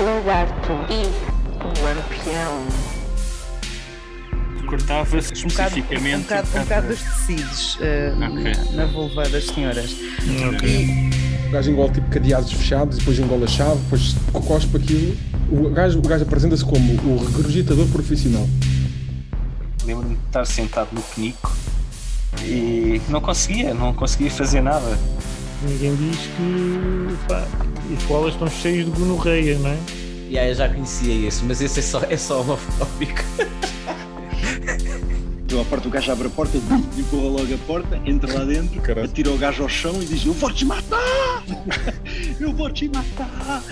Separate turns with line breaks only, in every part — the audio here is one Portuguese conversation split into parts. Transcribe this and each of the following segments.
lagarto Um e o lampião.
Cortava-se
Um bocado,
especificamente.
um bocado, um bocado dos tecidos eh,
Ok.
na, na vulva das senhoras.
Ok.
O gajo engole tipo cadeados fechados, depois engole a chave, depois cospe aquilo. O gajo, o gajo apresenta-se como o regurgitador profissional.
Lembro-me de estar sentado no penico e não conseguia, não conseguia fazer nada.
Ninguém diz que pá, os koalas estão cheios de gonorreia, não é?
Yeah, eu já conhecia esse, mas esse é só, é só homofóbico.
Deu a porta, o gajo abre a porta, bum, empurra logo a porta, entra lá dentro,
Caralho.
atira o gajo ao chão e diz: Eu vou te matar! Eu vou te matar!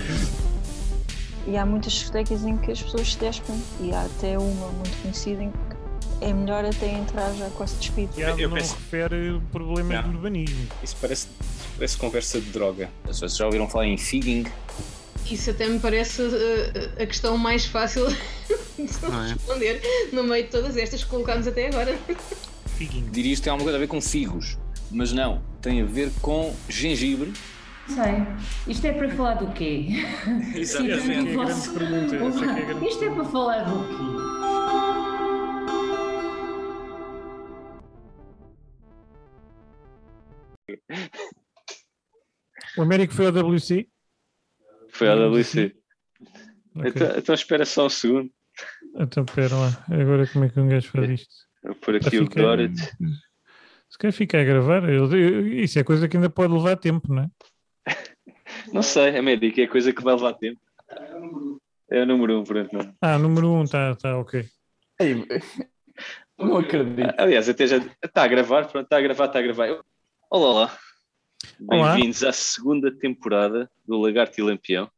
E há muitas discotecas em que as pessoas se despem. E há até uma muito conhecida em que é melhor até entrar já quase despido.
E há- um
Eu
não
penso-
refere problemas de urbanismo.
Isso parece, parece conversa de droga. Vocês já ouviram falar em figging?
Isso até me parece uh, a questão mais fácil de
Não é?
responder no meio de todas estas que colocámos até agora.
Figuinho.
Dirias que tem alguma coisa a ver com figos, mas não, tem a ver com gengibre.
Sei. Isto é para falar do quê?
Essa é que é a grande pergunta. Essa é que é a grande
Isto é para falar do quê?
O Américo foi ao WC.
Foi a WC.
Ok.
Então, então espera só um segundo.
Então, pera lá. Agora como é que um gajo faz isto?
Vou pôr
Já
aqui o
fica-
Dorothy.
Se quer ficar a gravar, eu- eu- isso é coisa que ainda pode levar tempo, não é?
Não sei, é médico, é coisa que vai levar tempo. É o número um, pronto. Não.
Ah, número 1, um, tá, tá, ok.
Não acredito.
Aliás, até já está tá a gravar, pronto, está a gravar, está a gravar. É Eu- Olá, olá.
Olá.
Bem-vindos à segunda temporada do Lagarto e Lampião.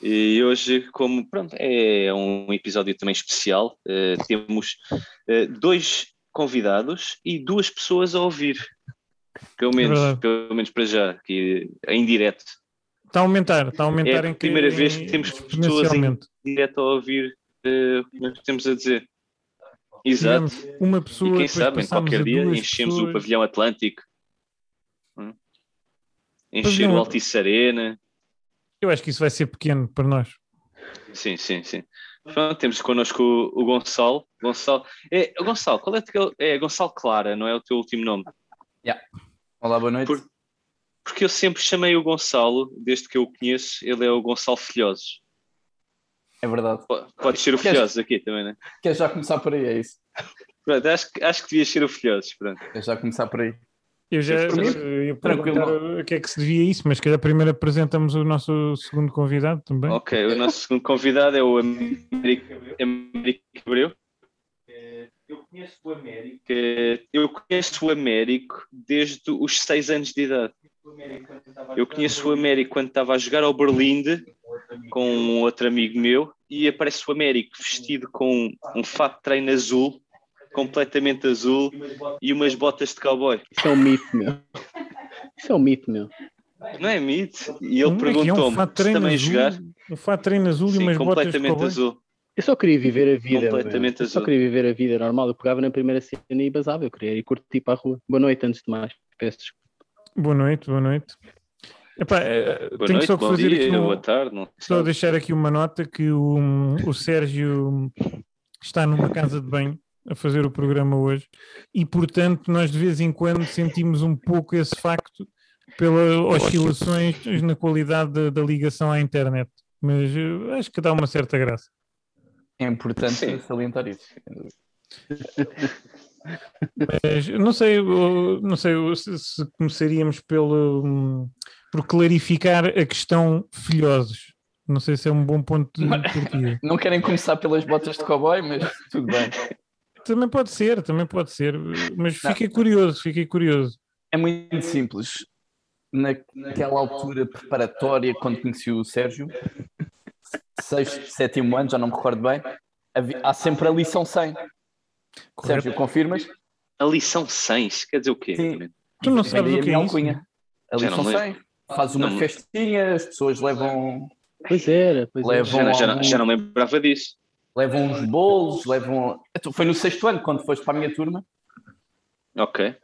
E hoje, como pronto, é um episódio também especial, eh, temos eh, dois convidados e duas pessoas a ouvir. Pelo menos,
Verdade.
pelo menos para já, aqui, em direto.
Está a aumentar, está a aumentar
É a
em que-
primeira
em-
vez que temos pessoas em-
exponencialmente.
Direto a ouvir eh, o que nós temos a dizer. Exato.
Tivemos uma pessoa,
e quem
depois
sabe, em
passámos
qualquer
a
dia,
duas
enchemos o
pessoas.
pavilhão Atlântico. Hum? Encher
não.
o Altice Arena.
Eu acho que isso vai ser pequeno para nós.
Sim, sim, sim. Pronto, temos connosco o, o Gonçalo. Gonçalo. É, o Gonçalo, qual é o teu... É Gonçalo Clara, não é o teu último nome?
Olá, boa noite.
Por- Porque eu sempre chamei o Gonçalo, desde que eu o conheço, ele é o Gonçalo Filhosos.
É verdade.
Po- Pode ser o
Queres-
Filhosos aqui também, né?
Queres já começar por aí, é isso.
Pronto, acho, que- acho que devias ser o Filhosos, pronto.
Queres já começar por aí.
Eu já
Sim, por mim,
eu ia
tranquilo.
perguntar o que é que se devia a isso, mas se calhar primeiro apresentamos o nosso segundo convidado também.
Ok, o nosso segundo convidado é o Américo, Américo Abreu. Eu conheço o Américo. Eu conheço o Américo desde os 6 anos de idade. Eu conheço o Américo quando estava a jogar ao Berlinde com um outro amigo meu e aparece o Américo vestido com um fato de treino azul, completamente azul, e umas botas de cowboy.
Isso é um mito, meu. Isso é um mito, meu.
Não é mito? E
Como
ele
é que é? um
perguntou-me
fato de
se
treino
também
azul,
jogar.
Um fato de treino azul e
Sim,
umas botas de
completamente
cowboy?
azul.
Eu só queria viver a vida. meu.
Completamente
Eu só
azul.
queria viver a vida normal. Eu pegava na primeira cena e basava. Eu queria ir curtir para a rua. Boa noite, antes de mais. Peço desculpa.
Boa noite, boa noite. Epá, eh,
Boa
tenho
noite,
só que
bom
fazer
dia,
aqui um-
boa tarde. Não
Só deixar aqui uma nota que o, o Sérgio está numa casa de banho a fazer o programa hoje e, portanto, nós de vez em quando sentimos um pouco esse facto pelas oscilações na qualidade da, da ligação à internet. Mas eh, acho que dá uma certa graça.
É importante
Sim.
salientar isso.
Mas não sei, eu- não sei eu se, se começaríamos pelo, hum, por clarificar a questão filhosos. Não sei se é um bom ponto de partida.
Não querem começar pelas botas de cowboy, mas tudo bem.
Também pode ser, também pode ser, mas fiquei curioso, fiquei curioso.
É muito simples. Naquela altura preparatória, quando conheci o Sérgio, sexto, sétimo ano, já não me recordo bem, havi- há sempre a lição 100.
Correto.
Sérgio, confirmas?
A lição 100, isso quer dizer o quê?
Sim.
Tu não
Vem
sabes
daí
o
a
que é
minha
isso?
alcunha. A
Já não
lição
lembro.
100. Faz uma
Não-
festinha, as pessoas levam,
Pois era, pois era.
levam,
Já, não- já não-
algum-
já não lembrava disso.
levam uns bolos, levam. Então, Foi no sexto ano, quando foste para a minha turma,
Ok.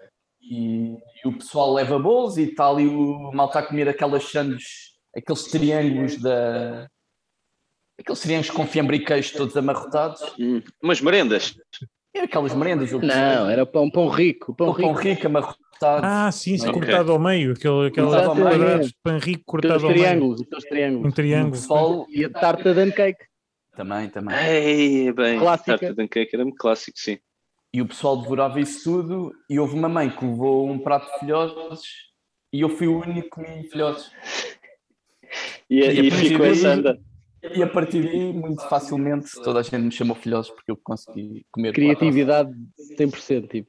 e, e o pessoal leva bolos tá e está ali o malta a comer aquelas sandes, aqueles triângulos da, Aqueles seriam os confiambriqueiros todos amarrotados.
Hum, Umas merendas.
Era aquelas merendas. o-
Não, era o pão, pão rico. Pão
o pão
rico.
rico amarrotado.
Ah, sim, sim,
Ok.
cortado ao meio. Aquele, aquele
Cortado ao meio.
quadrados de pão rico
Aqueles
cortado ao meio.
triângulos, aqueles triângulos.
Um triângulo.
Sol
E a tarta de cake.
também, também.
Ei, bem,
Clássica.
tarta de cake era um clássico, sim.
E o pessoal devorava isso tudo. E houve uma mãe que levou um prato de filhotes. E eu fui o único que comi filhotes.
E, é,
E
e
a partir
ficou essa
daí-
anda.
E a partir daí, muito facilmente, toda a gente me chamou filhotes porque eu consegui comer.
Criatividade 100%. Tipo.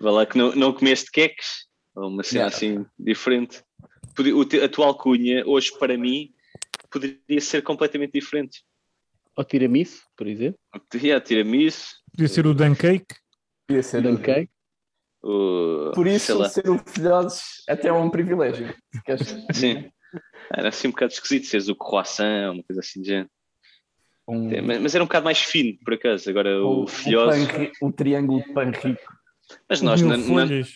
Vai lá que não, não comeste queques, ou uma cena
Não.
assim diferente. Podia- o te- A tua alcunha, hoje para mim, poderia ser completamente diferente.
Ou tiramisu, por exemplo.
Podia tirar-me isso,
Podia ser o Dan Cake.
Podia ser um-
Dunk cake.
o-
Por
sei
isso,
lá.
ser o filhotes até é um privilégio. Porque acho-
Sim. Era assim um bocado esquisito seres o croissant, uma coisa assim de género.
Um,
É, Mas, mas era um bocado mais fino, por acaso. Agora
um-
o
um
filhote.
pão ri- um triângulo de pão rico.
Mas
Mil
nós, na, na-
folhas.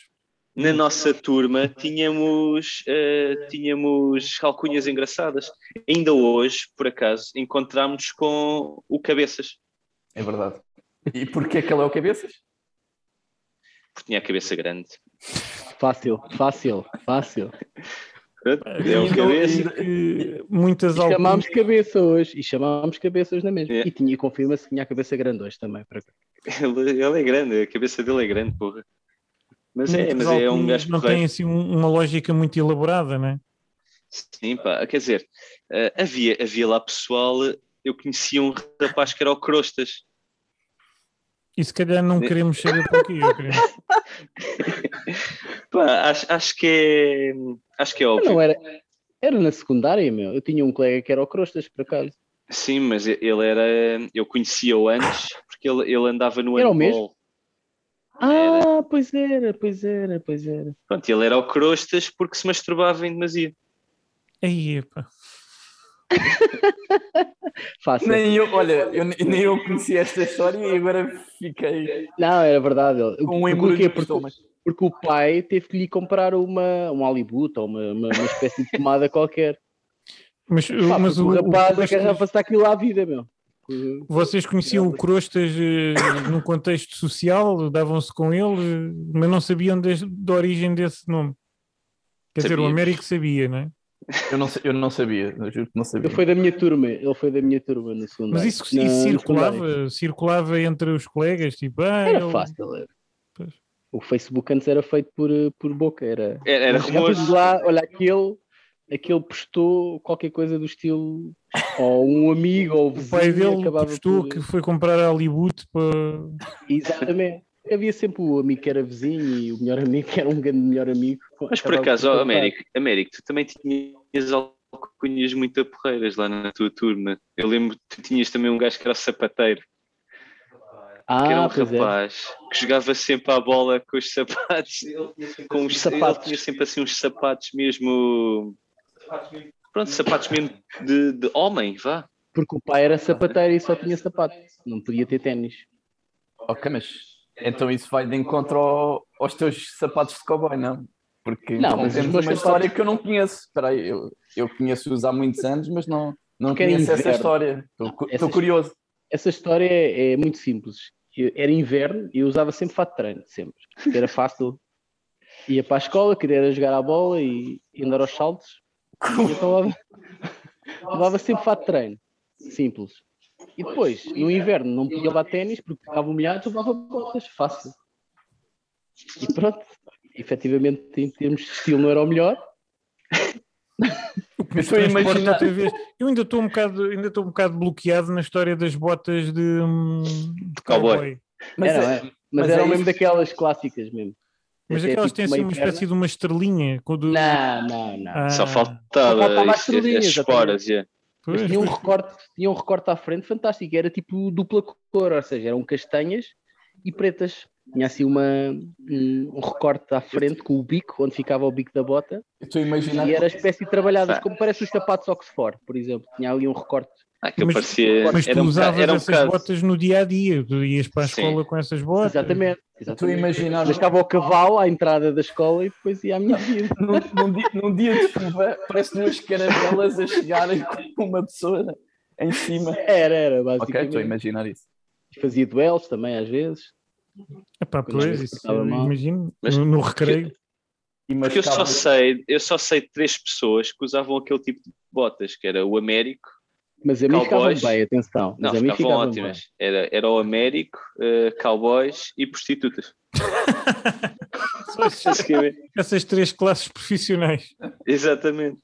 na nossa turma tínhamos, eh, tínhamos alcunhas engraçadas. Ainda hoje, por acaso, encontramos com o Cabeças,
É verdade. E porquê que ele é o cabeças?
porque tinha a cabeça grande.
Fácil, fácil, fácil.
É o
ainda-
Cabeças.
ainda-
que muitas
E chamámos
alcunhas.
cabeça hoje. E chamámos cabeças na mesma.
É.
E tinha, confirma-se que tinha a cabeça grande hoje também. por acaso.
Ele, ele é grande, a cabeça dele é grande, porra. Mas é, mas é um gajo
não
porreiro.
tem assim um- uma lógica muito elaborada, né?
Sim, pá, quer dizer, eh, havia, havia lá pessoal, eh, eu conhecia um rapaz que era o Crostas.
E se calhar não
Sim.
queremos saber porquê. eu queria-
Pá, acho, acho que é, acho que é
Eu
óbvio.
Não era, era na secundária, meu. Eu tinha um colega que era o Crostas, por acaso.
Sim, mas e- ele era, eu conhecia-o antes, porque ele, ele andava no
Era o
handball.
mesmo? Ah, pois era, pois era, pois era.
Pronto, ele era o Crostas porque se masturbava em demasia.
Aí, epá.
Fácil.
Nem eu, olha, eu, ne- nem eu conhecia esta história e agora fiquei
Não, era verdade. ele-
com um embrulho
Porquê?
no
Porque,
estômago.
porque o pai teve que lhe comprar uma, um alibuta ou uma, uma, uma espécie de pomada qualquer.
Mas,
Pá,
mas
porque
o,
o, rapaz é
Crostas-
agarrava-se aquilo à vida, meu.
vocês conheciam o Crostas eh, num contexto social, davam-se com ele, eh, mas não sabiam de, da origem desse nome. Quer dizer, o
Sabíamos.
Américo sabia, né?
Eu não, sa- eu não sabia, eu juro que não sabia.
Ele foi da minha turma, ele foi da minha turma no segundo
Mas
ano,
isso,
na-
isso
no secundário.
circulava, circulava entre os colegas, tipo, ah,
Era
ele-
fácil. era.
Pois.
O Facebook antes era feito por, eh, por boca, era.
Era, era
Já
rumor.
vamos lá, olha, aquele, aquele postou qualquer coisa do estilo, ou um amigo, ou o
o
vizinho
pai dele
acabava
postou
por- eh,
que foi comprar a Hollywood para.
Exatamente. Havia sempre o amigo que era vizinho e o melhor amigo que era um grande melhor amigo.
Mas por
Acabava
acaso, ó,
comprar.
Américo, Américo, tu também tinhas alcunhas muito aporreiras lá na tua turma. Eu lembro que tu tinhas também um gajo que era o sapateiro,
ah,
que era um
pois é.
rapaz que jogava sempre à bola com os sapatos. Com os sapatos.
sapatos.
Ele tinha sempre assim uns sapatos mesmo. Pronto, sapatos mesmo de, de homem, vá.
Porque o pai era sapateiro e só
Ah, é.
tinha sapato. Não podia ter ténis.
Ok, mas então isso vai de encontro ao- aos teus sapatos de cowboy, não? Porque
Não,
não,
mas os
temos uma
meus sapatos-
história que eu não conheço. Espera aí, eu, eu conheço-os há muitos anos, mas não, não
Porque era
conheço essa
inverno.
história. Estou cu-
essa
estou
his-
curioso.
Essa história é, é muito simples. Eu- era inverno e eu usava sempre fato de treino, sempre. Porque Era fácil. Ia para a escola, queria era jogar à bola e e andar aos saltos. E então levava, levava sempre fato de treino. Simples. E depois, no inverno, não podia levar ténis porque ficava humilhado, levava botas. Fácil. E pronto. Efetivamente, em termos de estilo, não era o melhor.
O que
Eu
me
estou a
transporta
imaginar.
é-
outra vez. Eu ainda estou um bocado, ainda estou um bocado bloqueado na história das botas de, hum, de
Cowboy.
cowboy.
Mas
Era,
é-
era. Mas,
mas é
eram
isso.
mesmo daquelas clássicas mesmo.
Mas
Até
aquelas
tipo
têm assim
meio
uma
perna.
espécie de uma estrelinha. Quando...
Não, não, não.
Ah,
Só
Só
faltava
faltava as
isso, as,
estrelinhas,
esporas. yeah.
pois,
Tinha um,
pois.
recorte, tinha um recorte à frente fantástico, era tipo dupla cor, ou seja, eram castanhas e pretas. Tinha assim uma, um um recorte à frente com o bico, onde ficava o bico da bota,
eu Estou a imaginar.
e era espécie de trabalhadas,
Pá.
como parece os sapatos Oxford, por exemplo. Tinha ali um recorte.
Ah, que eu
Mas-
parecia.
Mas tu
era um
usavas
bocado. Era um
essas
bocado
botas no dia a dia. Tu ias para a
Sim.
escola com essas botas.
Exatamente.
Estou a
exatamente.
imaginar
Deixava o cavalo à entrada da escola e depois ia à minha vida.
num, num dia, num dia de chuva, parece duas caravelas a chegarem com uma pessoa em cima.
Era, era,
Ok,
basicamente.
estou a imaginar isso.
Fazia duelos também, às vezes.
Epá,
Quando
pois,
eu
isso,
estava mal.
imagino,
Mas
no, no recreio.
Porque eu só sei, eu só sei de três pessoas que usavam aquele tipo de botas, que era o Américo.
Mas a mim ficavam
Cowboys.
bem, atenção. Mas
Não,
a mim
ficavam
ficavam
ótimas. Era, era o Américo, eh, cowboys e prostitutas.
Só esses- essas três classes profissionais.
Exatamente.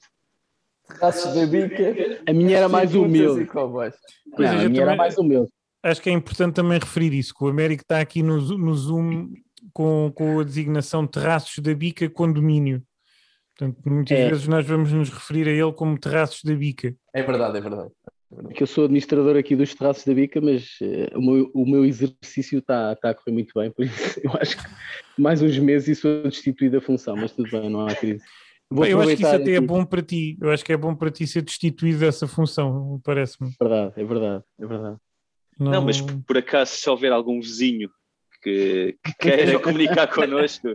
Terraços da bica.
bem. A minha era mais
putas
humilde.
e cowboys.
Pois é,
Não, a
eu
minha era
também-
mais humilde.
Acho que é importante também referir isso, que o Américo está aqui no, zo- no Zoom com, com a designação Terraços da Bica Condomínio. Portanto, muitas
É.
vezes nós vamos nos referir a ele como Terraços da Bica.
É verdade, é verdade.
que eu sou administrador aqui dos traços da bica, mas eh, o, meu, o meu exercício está tá a correr muito bem, por isso eu acho que mais uns meses e sou destituído da função, mas tudo bem, não há crise. Vou
eu acho que isso
aproveitar
até é
aqui-
bom para ti. Eu acho que é bom para ti ser destituído dessa função, parece-me.
É verdade, é verdade, é verdade.
Não, mas por, por acaso, se houver algum vizinho que, que queira comunicar connosco,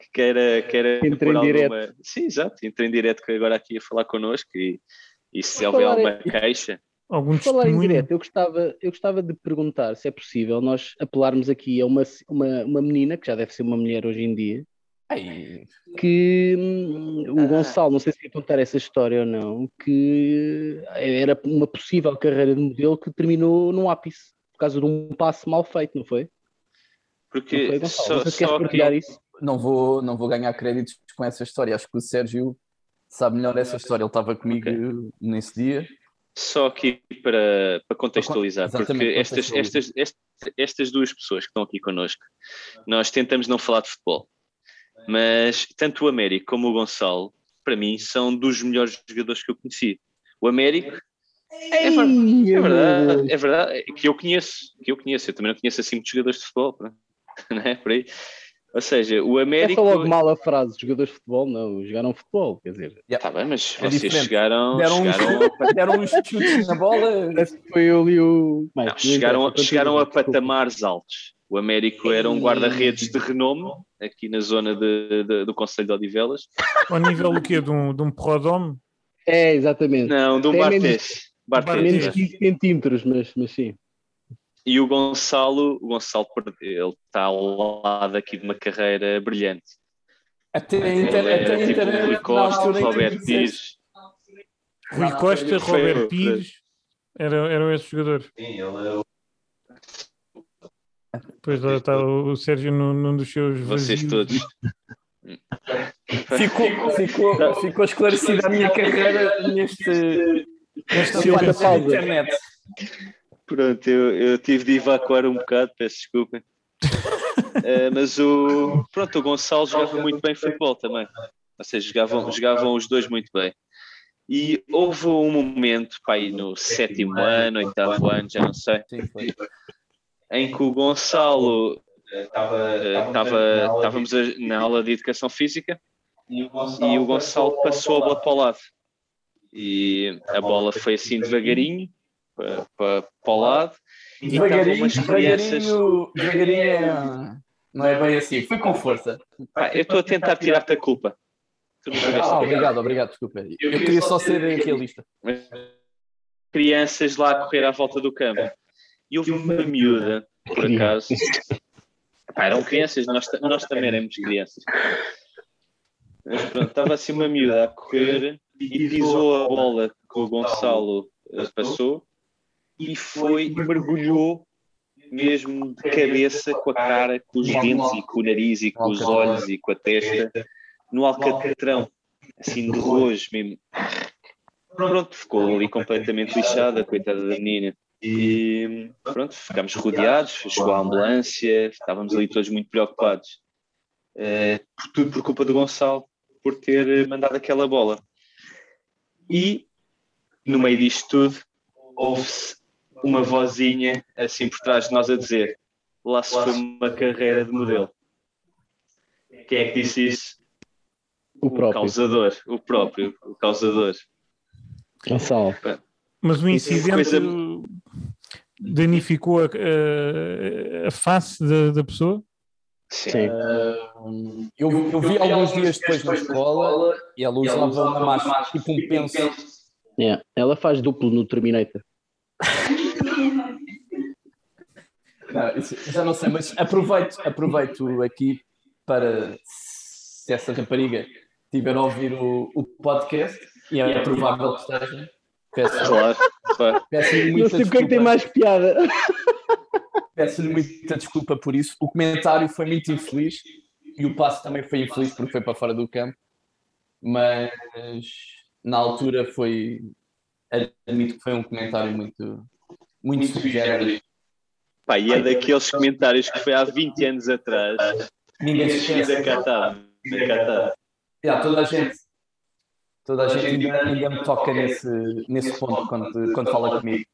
que queira, queira
Entra
pôr
em
alguma. Sim, exato, entra em direto agora aqui a falar connosco e, e se houver
falar
alguma
em-
queixa.
Algum
Por Falar em
testemunho.
um direto, eu gostava, eu gostava de perguntar se é possível nós apelarmos aqui a uma, uma, uma menina, que já deve ser uma mulher hoje em dia,
Ai,
que hum,
Ah.
o Gonçalo, não sei se ia contar essa história ou não, que era uma possível carreira de modelo que terminou num ápice, por causa de um passo mal feito, não foi? não foi,
Porque
Gonçalo?
só,
não sei se queres
só que
partilhar isso.
não, vou, não vou ganhar créditos com essa história. Acho que o Sérgio sabe melhor essa história. Ele estava comigo nesse dia.
Só aqui para, para contextualizar,
Exatamente,
porque estas,
contextualiza.
estas, est- estas duas pessoas que estão aqui connosco, nós tentamos não falar de futebol, mas tanto o Américo como o Gonçalo, para mim, são dos melhores jogadores que eu conheci. O Américo é, ver- é verdade, é verdade, que eu conheço, que eu conheço, eu também não conheço assim muitos jogadores de futebol, pronto, não é? Por aí. Ou seja, o
Essa
Américo.
logo mal a frase, jogadores de futebol, não, jogaram futebol, quer dizer,
Tá bem, mas
É
vocês
diferente.
chegaram.
Deram um uns,
chegaram
deram uns chutes na bola.
parece que foi eu e o... Mas,
Não,
não
chegaram,
interessa,
chegaram a
continua, desculpa.
patamares altos. O Américo era um guarda-redes de renome, aqui na zona de- de- do Conselho de Odivelas.
Ao nível do quê? De um, de um prodome?
É, exatamente.
Né?
Não, de um
Tem
Bartes.
Pá, menos
Bartes.
15 centímetros, mas, mas sim.
E o Gonçalo, o Gonçalo perde- ele está ao lado aqui de uma carreira brilhante.
Até a
Ele
inter, até
era
a
tipo
inter,
Rui Costa, Roberto Pires.
Rui Costa,
foi-
Roberto Pires, era, eram esses jogadores.
é
Pois lá está o, o Sérgio num, num dos seus
Vocês
vazios.
todos.
Ficou, ficou, ficou esclarecida a minha carreira neste, nesta
Silva
parte da
Paulo.
internet.
Pronto, eu, eu tive de evacuar um bocado, peço desculpa. Eh, mas o, pronto, o Gonçalo jogava muito bem futebol também. Ou seja, jogavam, jogavam os dois muito bem. E houve um momento, pá, aí no sétimo ano, oitavo ano, já não sei,
Sim, foi.
em que o Gonçalo eh, estava estávamos a- na aula de educação física e o Gonçalo, passou a bola para o lado. E a bola foi assim devagarinho para, para, para o lado. E estavam
Devagarinho,
umas crianças.
devagarinho, devagarinho é- não é bem assim. Foi com força.
Pá, Ah, eu estou a tentar tirar-te a culpa. Tu não
Ah,
tiveste a culpa.
obrigado, obrigado, desculpa. Eu queria só ser realista.
Mas crianças lá a correr à volta do campo. E houve uma miúda, por acaso. Pá, eram crianças, nós, ta- nós também éramos crianças. Mas pronto, estava assim uma miúda a correr e pisou a bola que o Gonçalo eh, passou e foi e mergulhou mesmo de cabeça com a cara, com os dentes e com o nariz e com os olhos e com a testa no alcatrão, assim de rojo mesmo. Pronto, ficou ali completamente lixada, coitada da menina. E pronto, ficámos rodeados, chegou a ambulância, estávamos ali todos muito preocupados. Eh, por tudo por culpa do Gonçalo, por ter eh, mandado aquela bola. E, no meio disto tudo, houve-se uma vozinha assim por trás de nós a dizer: lá se foi uma carreira de modelo. Quem é que disse isso?
O próprio.
causador, o próprio, o causador.
Gonçalo.
Mas o
Isso é
incidente
coisa-
danificou a, a- a face da, da pessoa?
Sim.
Eu, eu vi alguns dias depois na escola e ela usava uma máscara, tipo um penso.
Yeah. Ela faz duplo no Terminator.
Não, isso- já não sei, mas aproveito, aproveito aqui para se essa rapariga tiver a ouvir o, o podcast, e é provável que esteja. Peço,
Claro, claro.
peço-lhe
Não
muita
sei porque é que tem
desculpa,
mais piada.
peço-lhe muita desculpa por isso. O comentário foi muito infeliz e o passo também foi infeliz porque foi para fora do campo, mas na altura foi admito que foi um comentário muito muito sugerido.
Pá, e é daqueles comentários que foi há 20 anos atrás. É
Ninguém se
Ninguém
esquece.
cá está. Ninguém cá está.
Yeah, toda a gente, toda a gente ainda, ainda me toca nesse, nesse ponto quando, quando fala comigo.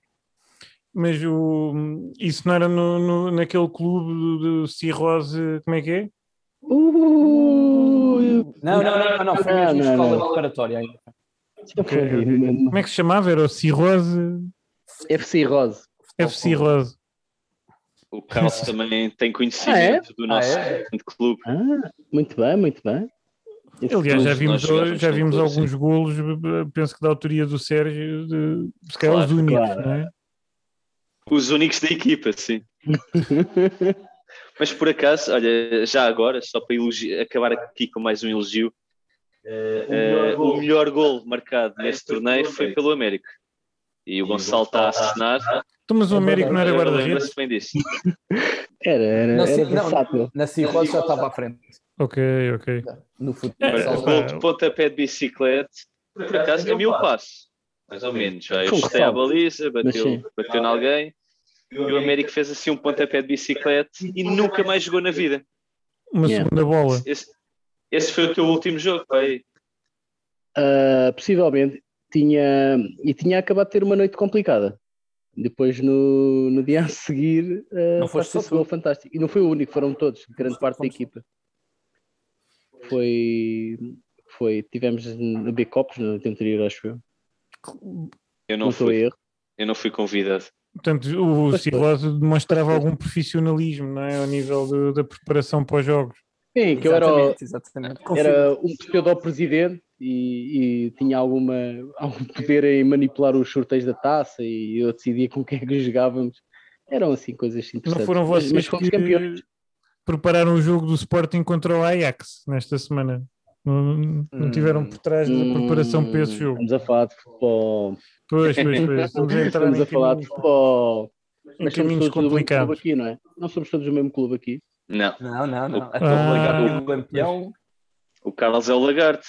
Mas o, isso não era no, no- naquele clube do, do Cirrose, como é que é?
Uh,
Não, não, não, não, não foi
Não,
mesmo
não,
escola
não.
preparatória ainda.
Como é que se chamava? Era o Cirrose?
FC Rose.
FC Rose.
O Carlos também tem conhecimento do nosso
Ah, é?
clube.
Ah, muito bem, muito bem.
Aliás, já
Nós
vimos,
jogávamos
já
no
vimos
assim.
clube,
alguns golos, eh, penso que da autoria do Sérgio, de, se calhar
Claro,
os únicos,
claro.
não é?
Os únicos da equipa, sim. Mas por acaso, olha, já agora, só para elogi- acabar aqui com mais um elogio, eh, o melhor gol marcado neste torneio foi pelo América. E o Gonçalo está a assinar.
Então, mas o
É
Américo não era
Eu
guarda-redes?
Lembra-se bem disso.
Era, era,
Não, sim,
era
não.
versátil.
Na Cirrose já estava à frente
Ok, ok.
no
É,
Olha,
futebol.
Gol de pontapé de bicicleta. Por acaso, é meu passo. Mais ou menos. Já eu
Com
chutei à
ressalva.
baliza,
sim.
bateu, bateu em alguém. E o Américo fez assim um pontapé de bicicleta e nunca mais jogou na vida.
Uma
Yeah.
segunda bola.
Esse, esse foi o teu último jogo, pai.
Ah, possivelmente. Tinha, e tinha acabado de ter uma noite complicada. Depois, no, no dia a seguir, ah,
Não foste
faz
só
esse
tu.
gol fantástico. E não foi o único, foram todos, grande parte da
Fomos-
equipa. Foi. foi tivemos no B-Copos, na noite anterior, acho eu.
Eu não
Não sou
fui,
erro.
eu não fui convidado.
Portanto, o
Mas,
Cirrose demonstrava algum profissionalismo, não é? Ao nível do- da preparação para os jogos.
Sim, que eu era o,
Exatamente, exatamente.
era um pseudo-presidente e, e tinha alguma, algum poder em manipular os sorteios da taça e eu decidia com quem é que jogávamos. Eram assim coisas interessantes.
Não foram
Mas-
vocês
mas fomos
que
campeões.
prepararam o jogo do Sporting contra o Ajax nesta semana. Não, não tiveram por trás da preparação para esse
Hum,
jogo.
Estamos a falar de futebol.
Pois, pois, pois. Estamos a entrar
Estamos
em
a falar de
caminhos-
futebol.
em
Mas somos
caminhos
todos do mesmo clube
complicados.
aqui, não é? Não somos todos do mesmo clube aqui.
Não.
Não, não, não. Até
Ah.
o legado do campeão.
O Carlos é o lagarto.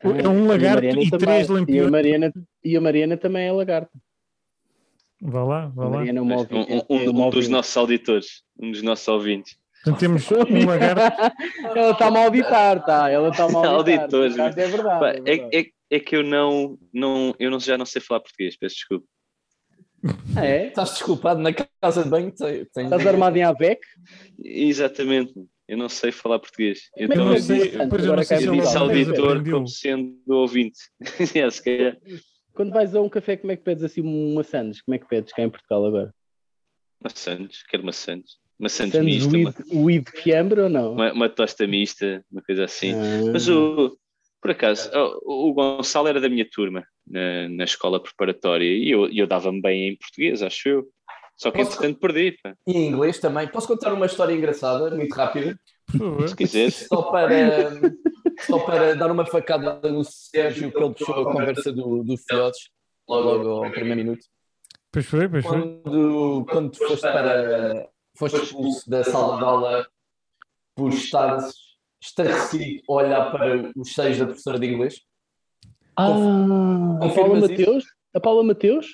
É um lagarto
Mariana
e
também.
três
E a,
lampiões.
Mariana, e a Mariana também é lagarto.
Vá lá, vá
A
lá.
Mariana é uma
Um,
ouvinte.
um-
é uma
um dos
ouvinte.
nossos auditores. Um dos nossos ouvintes.
Portanto, temos um lagarto.
ela está-me a auditar, tá? Ela está-me a auditar.
Auditores,
Portanto, é verdade.
Pá,
é verdade.
é, é- é que eu não, não, eu não, já não sei falar português, peço desculpa.
Ah, é?
Estás desculpado na casa de banho. Tens, tens-
Estás armado em AVEC?
Exatamente, eu não sei falar português.
Mas
Então
não
eu
sei-
disse,
Portanto,
Pois eu não
agora
sei
eu
se
cá
É ele
em
disse
Portugal.
aprendeu.
auditor
Aprendeu.
como sendo ouvinte. É, se calhar.
Quando vais a um café, como é que pedes assim uma sandes? Como é que pedes cá em Portugal agora?
Maçãs, quero maçãs. Maçãs
Sandes
mista, uma,
with, with fiambre ou não?
uma, uma tosta mista, uma coisa assim.
Ah,
Mas o, por acaso, o, o Gonçalo era da minha turma na, na escola preparatória e eu, e eu dava-me bem em português, acho eu. Só que
Posso-
entretanto perdi, pá.
E em inglês também. Posso contar uma história engraçada, muito rápida?
Por favor.
se quiseres.
Só para, só para dar uma facada no Sérgio, que ele puxou a conversa do, do Fiotes, logo ao primeiro minuto.
Pois foi, pois foi.
Quando, quando tu foste para. foste expulso da sala de aula por estares estarrecido a olhar para os seis da professora de inglês.
Ah, a Paula
Confirmas isso?
Mateus? A Paula Mateus?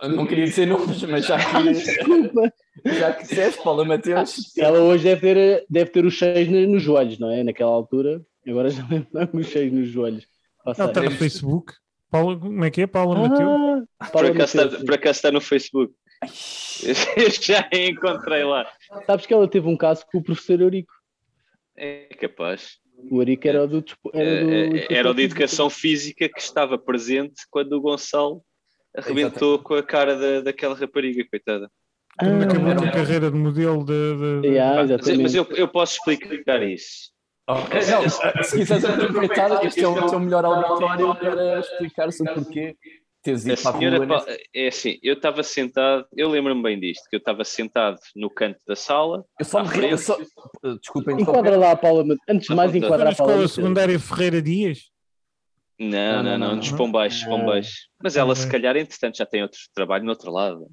Ah,
Não queria dizer nomes, mas já que,
Desculpa.
já que disseste, Paula Mateus.
Ela hoje deve ter, deve ter os cheios no- nos joelhos, não é? Naquela altura. Agora já deve estar com os cheios nos joelhos.
Não, está tá no
Deve-
Facebook. Paula, como é que é? Paula Mateu?
Mateus.
Por
Paula
acaso, tá-
Mateus.
está, por acaso está no Facebook. Eu já a encontrei lá.
Sabes que ela teve um caso com o professor Eurico.
É capaz.
O Eurico era o do... despo- Era, do,
Eh, eh, era o de educação física que estava presente quando o Gonçalo arrebentou com a cara da, daquela rapariga, coitada.
Ah,
Quando acabou a
não,
tua
não.
carreira de modelo de. de-
yeah,
Mas-
exatamente.
mas eu, eu posso explicar isso.
Ok, é não, se quiseres aproveitar, este é o teu melhor auditório para explicar-se o porquê teres
A
ido para a
senhora
rua
pa-
nessa-
é assim, eu estava sentado, eu lembro-me bem disto, que eu estava sentado no canto da sala.
Eu só
à
me
frente.
ri- eu só- Desculpem,
Enquadra lá a Paula Mate- Antes de mais,
Foi na
Foi na
enquadra a Paula
escola
Mate-
secundária Ferreira Dias?
Não, não, não, nos Pombais, Pombais. Mas ela, se calhar, entretanto, já tem outro trabalho no outro lado.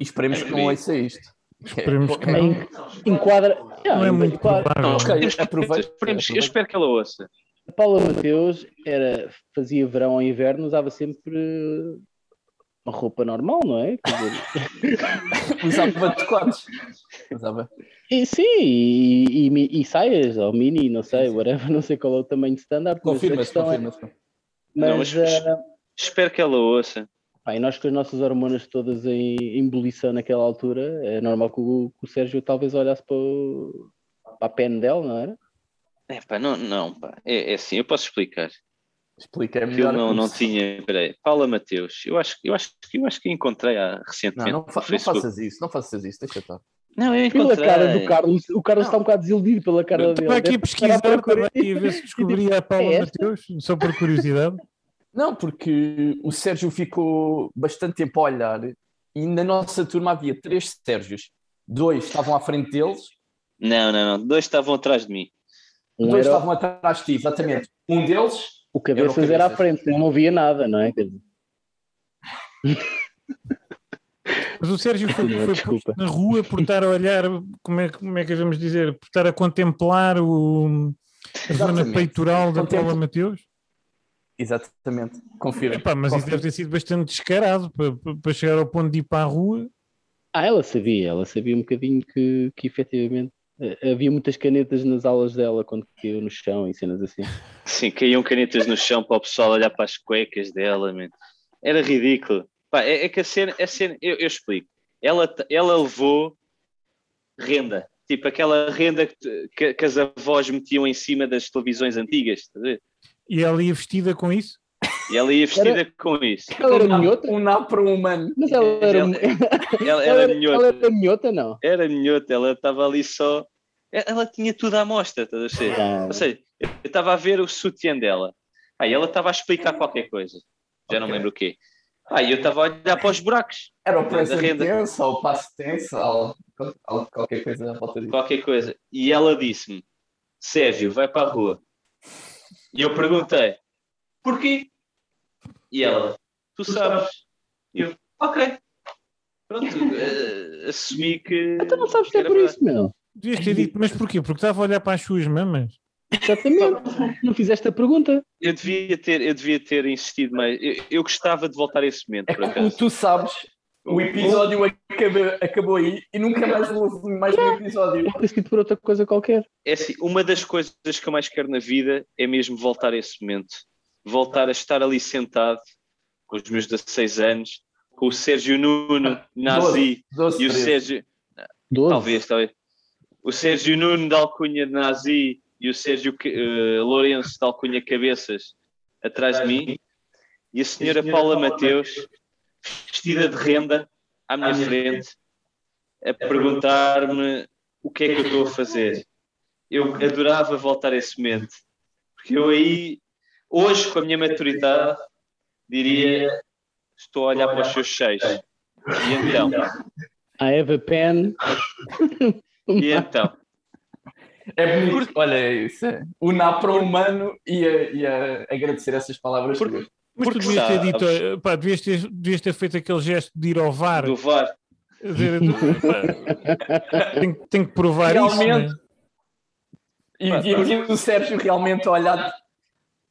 E esperemos que não ouça isto.
Esperemos que não.
Em- Enquadra.
Não é
Ah,
muito
enquadra-
provável.
Ok,
Temos que-
aproveito.
esperemos- Eu espero que ela ouça.
A Paula Mateus era, fazia verão ou inverno, usava sempre uma roupa normal, não é? Quer dizer,
Usava decotes. Usava.
e, sim, e, e mi- e saias, ou mini, não sei, whatever, não sei qual é o tamanho de standard. mas a
Confirma-se,
questão é-
confirma-se.
mas,
Não, mas-
ah,
Espero que ela ouça.
pá, e nós com as nossas hormonas todas em, em ebulição naquela altura, é normal que o, que o Sérgio talvez olhasse para, o- para a pena dela, não era?
É pá, não, não, pá. É, é assim, eu posso explicar.
Explica é
Que eu
melhor.
não,
como
não
se-
tinha. Peraí, Paula Mateus, eu acho, que- eu, acho, que- eu acho que encontrei a
Não,
recentemente.
não, fa-
no
não
Facebook.
faças isso, não faças isso, deixa estar.
Não, eu
Pela
encontrei. tipo, é
cara do Carlos, o Carlos está um bocado desiludido pela cara dele.
Estava aqui a
Deve estar à
pesquisar, estava
procura-
aqui a ver se descobria a Paula
É esta?
Mateus, só por curiosidade.
Não, porque o Sérgio ficou bastante tempo a olhar e na nossa turma havia três Sérgios. Dois estavam à frente deles,
Não, não, não. Dois estavam atrás de mim.
Um
dois
era
estavam atrás de ti, exatamente. Um deles,
O cabeças era à frente, ele não via nada, não é? Quer dizer,
Mas o Sérgio foi,
Não,
foi
desculpa.
posto na rua por estar a olhar, como é, que- como é que vamos dizer, por estar a contemplar o, a zona
Exatamente.
peitoral da
Contempla-
Paula Mateus?
exatamente, confirma.
Epá, mas isso
Confirma.
deve ter sido bastante descarado para, para- para chegar ao ponto de ir para a rua.
Ah, ela sabia, ela sabia um bocadinho que, que efetivamente eh, havia muitas canetas nas aulas dela quando caiu no chão e cenas assim.
Sim, caíam canetas no chão para o pessoal olhar para as cuecas dela, man. Era ridículo. Pá, é, é que a cena, a cena eu, eu explico. Ela, t- ela levou renda. Tipo aquela renda que, tu- que- que as avós metiam em cima das televisões antigas. estás a ver?
E ela ia vestida com isso?
E ela ia vestida com isso.
Ela era
Um
minhota?
nabo- Um nabo para um humano.
Mas ela era,
Ela- Ela,
ela
era
era, ela
minhota.
era minhota, não?
Era minhota. Ela estava ali só. e- Ela tinha tudo à mostra, estás a ver?
Ah,
Ou seja, eu estava a ver o sutiã dela. Aí ela estava a explicar qualquer coisa. Já não
Ok.
lembro o quê. Aí eu estava a olhar para os buracos.
Era o
Da
preço
renda.
tenso, ou o passo tenso, ou ou qualquer coisa à volta disso.
qualquer coisa. E ela disse-me: Sérgio, vai para a rua. E eu perguntei: Porquê? E ela: Tu sabes. E eu: Ok. Pronto, eh, assumi que.
Então não sabes que é por isso, meu.
Devias ter dito, mas porquê? Porque estava a olhar para as suas mamas.
Exatamente. Não fizeste a pergunta.
Eu devia ter, eu devia ter insistido mais. Eu, eu gostava de voltar a esse momento,
É
por
que como
acaso.
tu sabes, o episódio acabou, acabou aí e nunca mais houve mais um episódio.
Deve ter sido por outra coisa qualquer.
É assim, uma das coisas que eu mais quero na vida é mesmo voltar a esse momento. Voltar a estar ali sentado, com os meus 16 anos, com o Sérgio Nuno, nazi.
Doze,
E o
treze.
Sérgio,
12.
talvez, talvez. O Sérgio Nuno da Alcunha de Nazi e o Sérgio Ca- eh, Lourenço da Alcunha Cabeças atrás de mim e a senhora Paula Mateus vestida de renda à minha frente a perguntar-me o que é que eu estou a fazer. Eu adorava voltar a esse momento. Porque eu aí, hoje, com a minha maturidade, diria estou a olhar para os seus seis. E então?
I have a pen.
E então?
É bonito. Olha, isso é. O Napro humano e a, e a agradecer essas palavras.
Porque-
tuas.
Mas
Porque
tu devias ter
sabes.
dito, eh, pá, devias ter, devias ter feito aquele gesto de ir ao VAR.
do VAR.
Quer dizer, pá, tenho, tenho que provar
Realmente.
isso. né?
E, e vimos o Sérgio realmente a olhar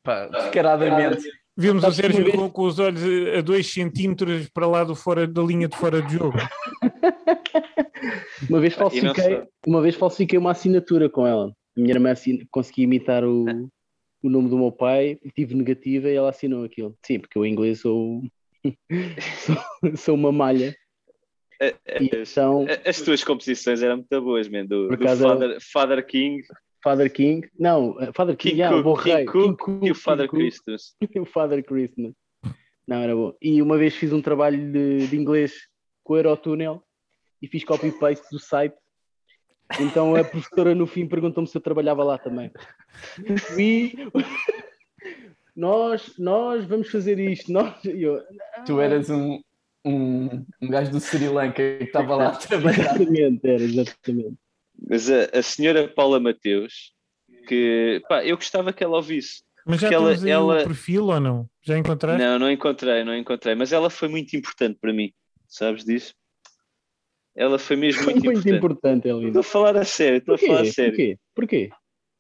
pá, descaradamente.
Vimos o
Sabes que uma
Sérgio
vez-
com, com os olhos a 2 centímetros para lá do fora, da linha de fora de jogo.
Uma vez
E não
falsifiquei,
sei.
uma vez falsifiquei uma assinatura com ela. A minha irmã assin- conseguia imitar
É.
o, o nome do meu pai, tive negativa e ela assinou aquilo. Sim, porque eu em inglês sou, sou, sou uma malha.
A- a-
E então,
a- As tuas composições eram muito boas, man. Do,
Por
do
acaso
Father, Father King,
Father King, não, eh, Father King,
King
ah, o bom
Cook,
rei,
King Cook
King
e o
Cook,
Father
King Cook.
Christus.
o Father Christmas. Não, era bom. E uma vez fiz um trabalho de, de inglês com o Eurotúnel e fiz copy-paste do site. Então a professora no fim perguntou-me se eu trabalhava lá também. We, nós, nós vamos fazer isto. Nós... E eu,
Tu eras um, um, um gajo do Sri Lanka que estava lá a trabalhar.
Exatamente, era, exatamente.
Mas a, a senhora Paula Mateus, que pá, eu gostava que ela ouvisse.
Mas já
Porque ela-
temos aí
ela-
o perfil ou não? Já encontraste?
Não, não encontrei, não encontrei, mas ela foi muito importante para mim, sabes disso? Ela foi mesmo muito,
Muito
importante.
importante, Elida.
Estou a falar a sério, estou a falar a sério.
Porquê? Porquê?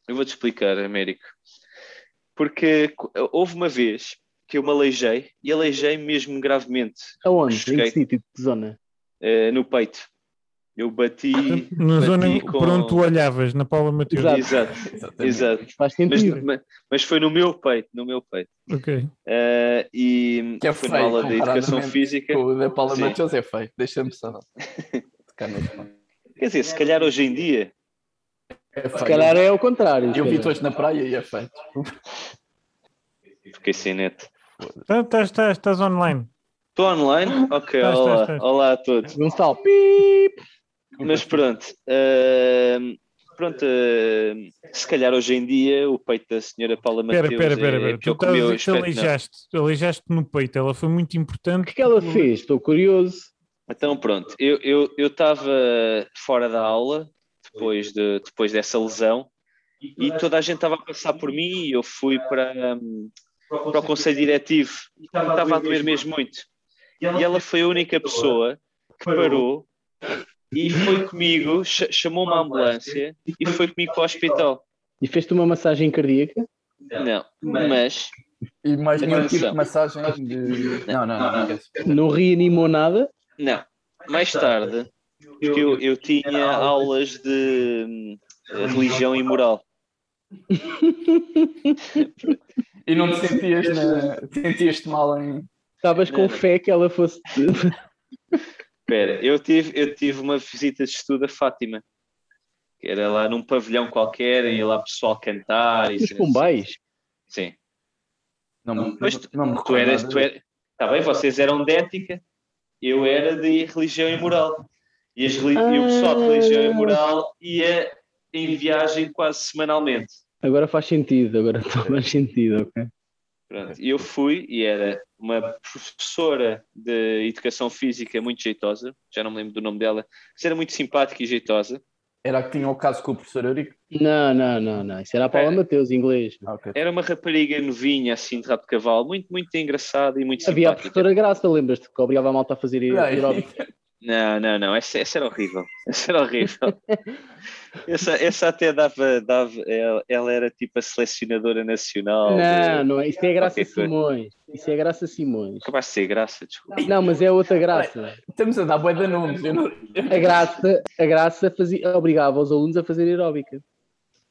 Eu vou-te explicar, Américo. Porque co- houve uma vez que eu me aleijei e aleijei mesmo gravemente
Aonde? Em que
Cheguei.
sítio? Que zona?
eh, no peito. Eu bati.
Na
bati
zona
com-
por onde tu olhavas, na Paula Mateus.
Exato.
Exato, exato.
Faz
Mas,
sentido.
ma- mas foi no meu peito, no meu peito.
Ok.
Eh, e
Que é
foi
feio,
na aula de educação
comparadamente
física.
Com o da Paula
Sim.
Mateus é feio, deixa-me só não. Tocar no telefone.
Quer dizer, se calhar hoje em dia.
É
Se
feio.
calhar é ao contrário. se
Eu vi
calhar.
hoje na praia e é feio.
Fiquei sem net.
Tá- tá- Estás estás online.
Estou online? Ok,
Estás,
olá.
estás, estás.
Olá a todos.
Gonçalo, pip!
Mas pronto, ahm, pronto ahm, se calhar hoje em dia o peito da senhora Paula
Espera,
Mateus
espera, espera.
é,
espera. Tu
pior que
estás
o
a
meu
dizer que
aspecto, não.
aleijaste, aleijaste no peito. Ela foi muito
O
importante.
que é que ela fez? Estou curioso.
Então pronto, eu eu eu estava fora da aula depois, de, depois dessa lesão e toda a gente estava a passar por mim e eu fui para, hum, para o conselho diretivo e estava a doer mesmo muito. E ela foi a única pessoa que parou e foi comigo, cha- chamou uma ambulância e foi comigo para o hospital.
E fez-te uma massagem cardíaca?
Não, mas
E mais nenhum
Atenção.
tipo de massagem de. Não, não, não. não.
Não reanimou nada?
não, mais tarde, porque eu, eu tinha aulas de hum, religião e moral.
E não te sentias, na... sentias-te mal em.
Estavas com
Não.
fé que ela fosse.
Espera, eu tive, eu tive uma visita de estudo a Fátima, que era lá num pavilhão qualquer, e lá o pessoal cantar. E
Os
cenas
bombais.
assim. Sim.
Não, me-
Mas tu,
não me
tu
recordo
eras,
nada
tu eras, tá bem, vocês eram de ética, eu era de religião e moral. E, as reli- e o pessoal de religião e moral ia em viagem quase semanalmente.
Agora faz sentido, agora faz sentido, ok?
Pronto, e eu fui e era uma professora de educação física muito jeitosa, já não me lembro do nome dela, mas era muito simpática e jeitosa.
Era a que tinha o caso com o professor Eurico?
Não, não, não, não. Isso era a Paula
É.
Mateus, em inglês.
Ah, ok.
Era uma rapariga novinha, assim, de rabo de cavalo, muito, muito engraçada e muito
Havia a
simpática.
professora Graça, lembras-te, que obrigava a malta a fazer
Não,
aeróbico.
Não, não, não, essa, essa era horrível. Essa era horrível. essa, essa até dava, dava ela, ela era tipo a selecionadora nacional.
Não,
de-
não é. Isso é a Graça
Qualquer coisa.
Simões. Isso é a Graça Simões.
Capaz de ser graça, desculpa.
Não, mas é outra graça.
Estamos a dar boia de nomes. Eu não...
A graça, a graça fazia, obrigava os alunos a fazer aeróbica.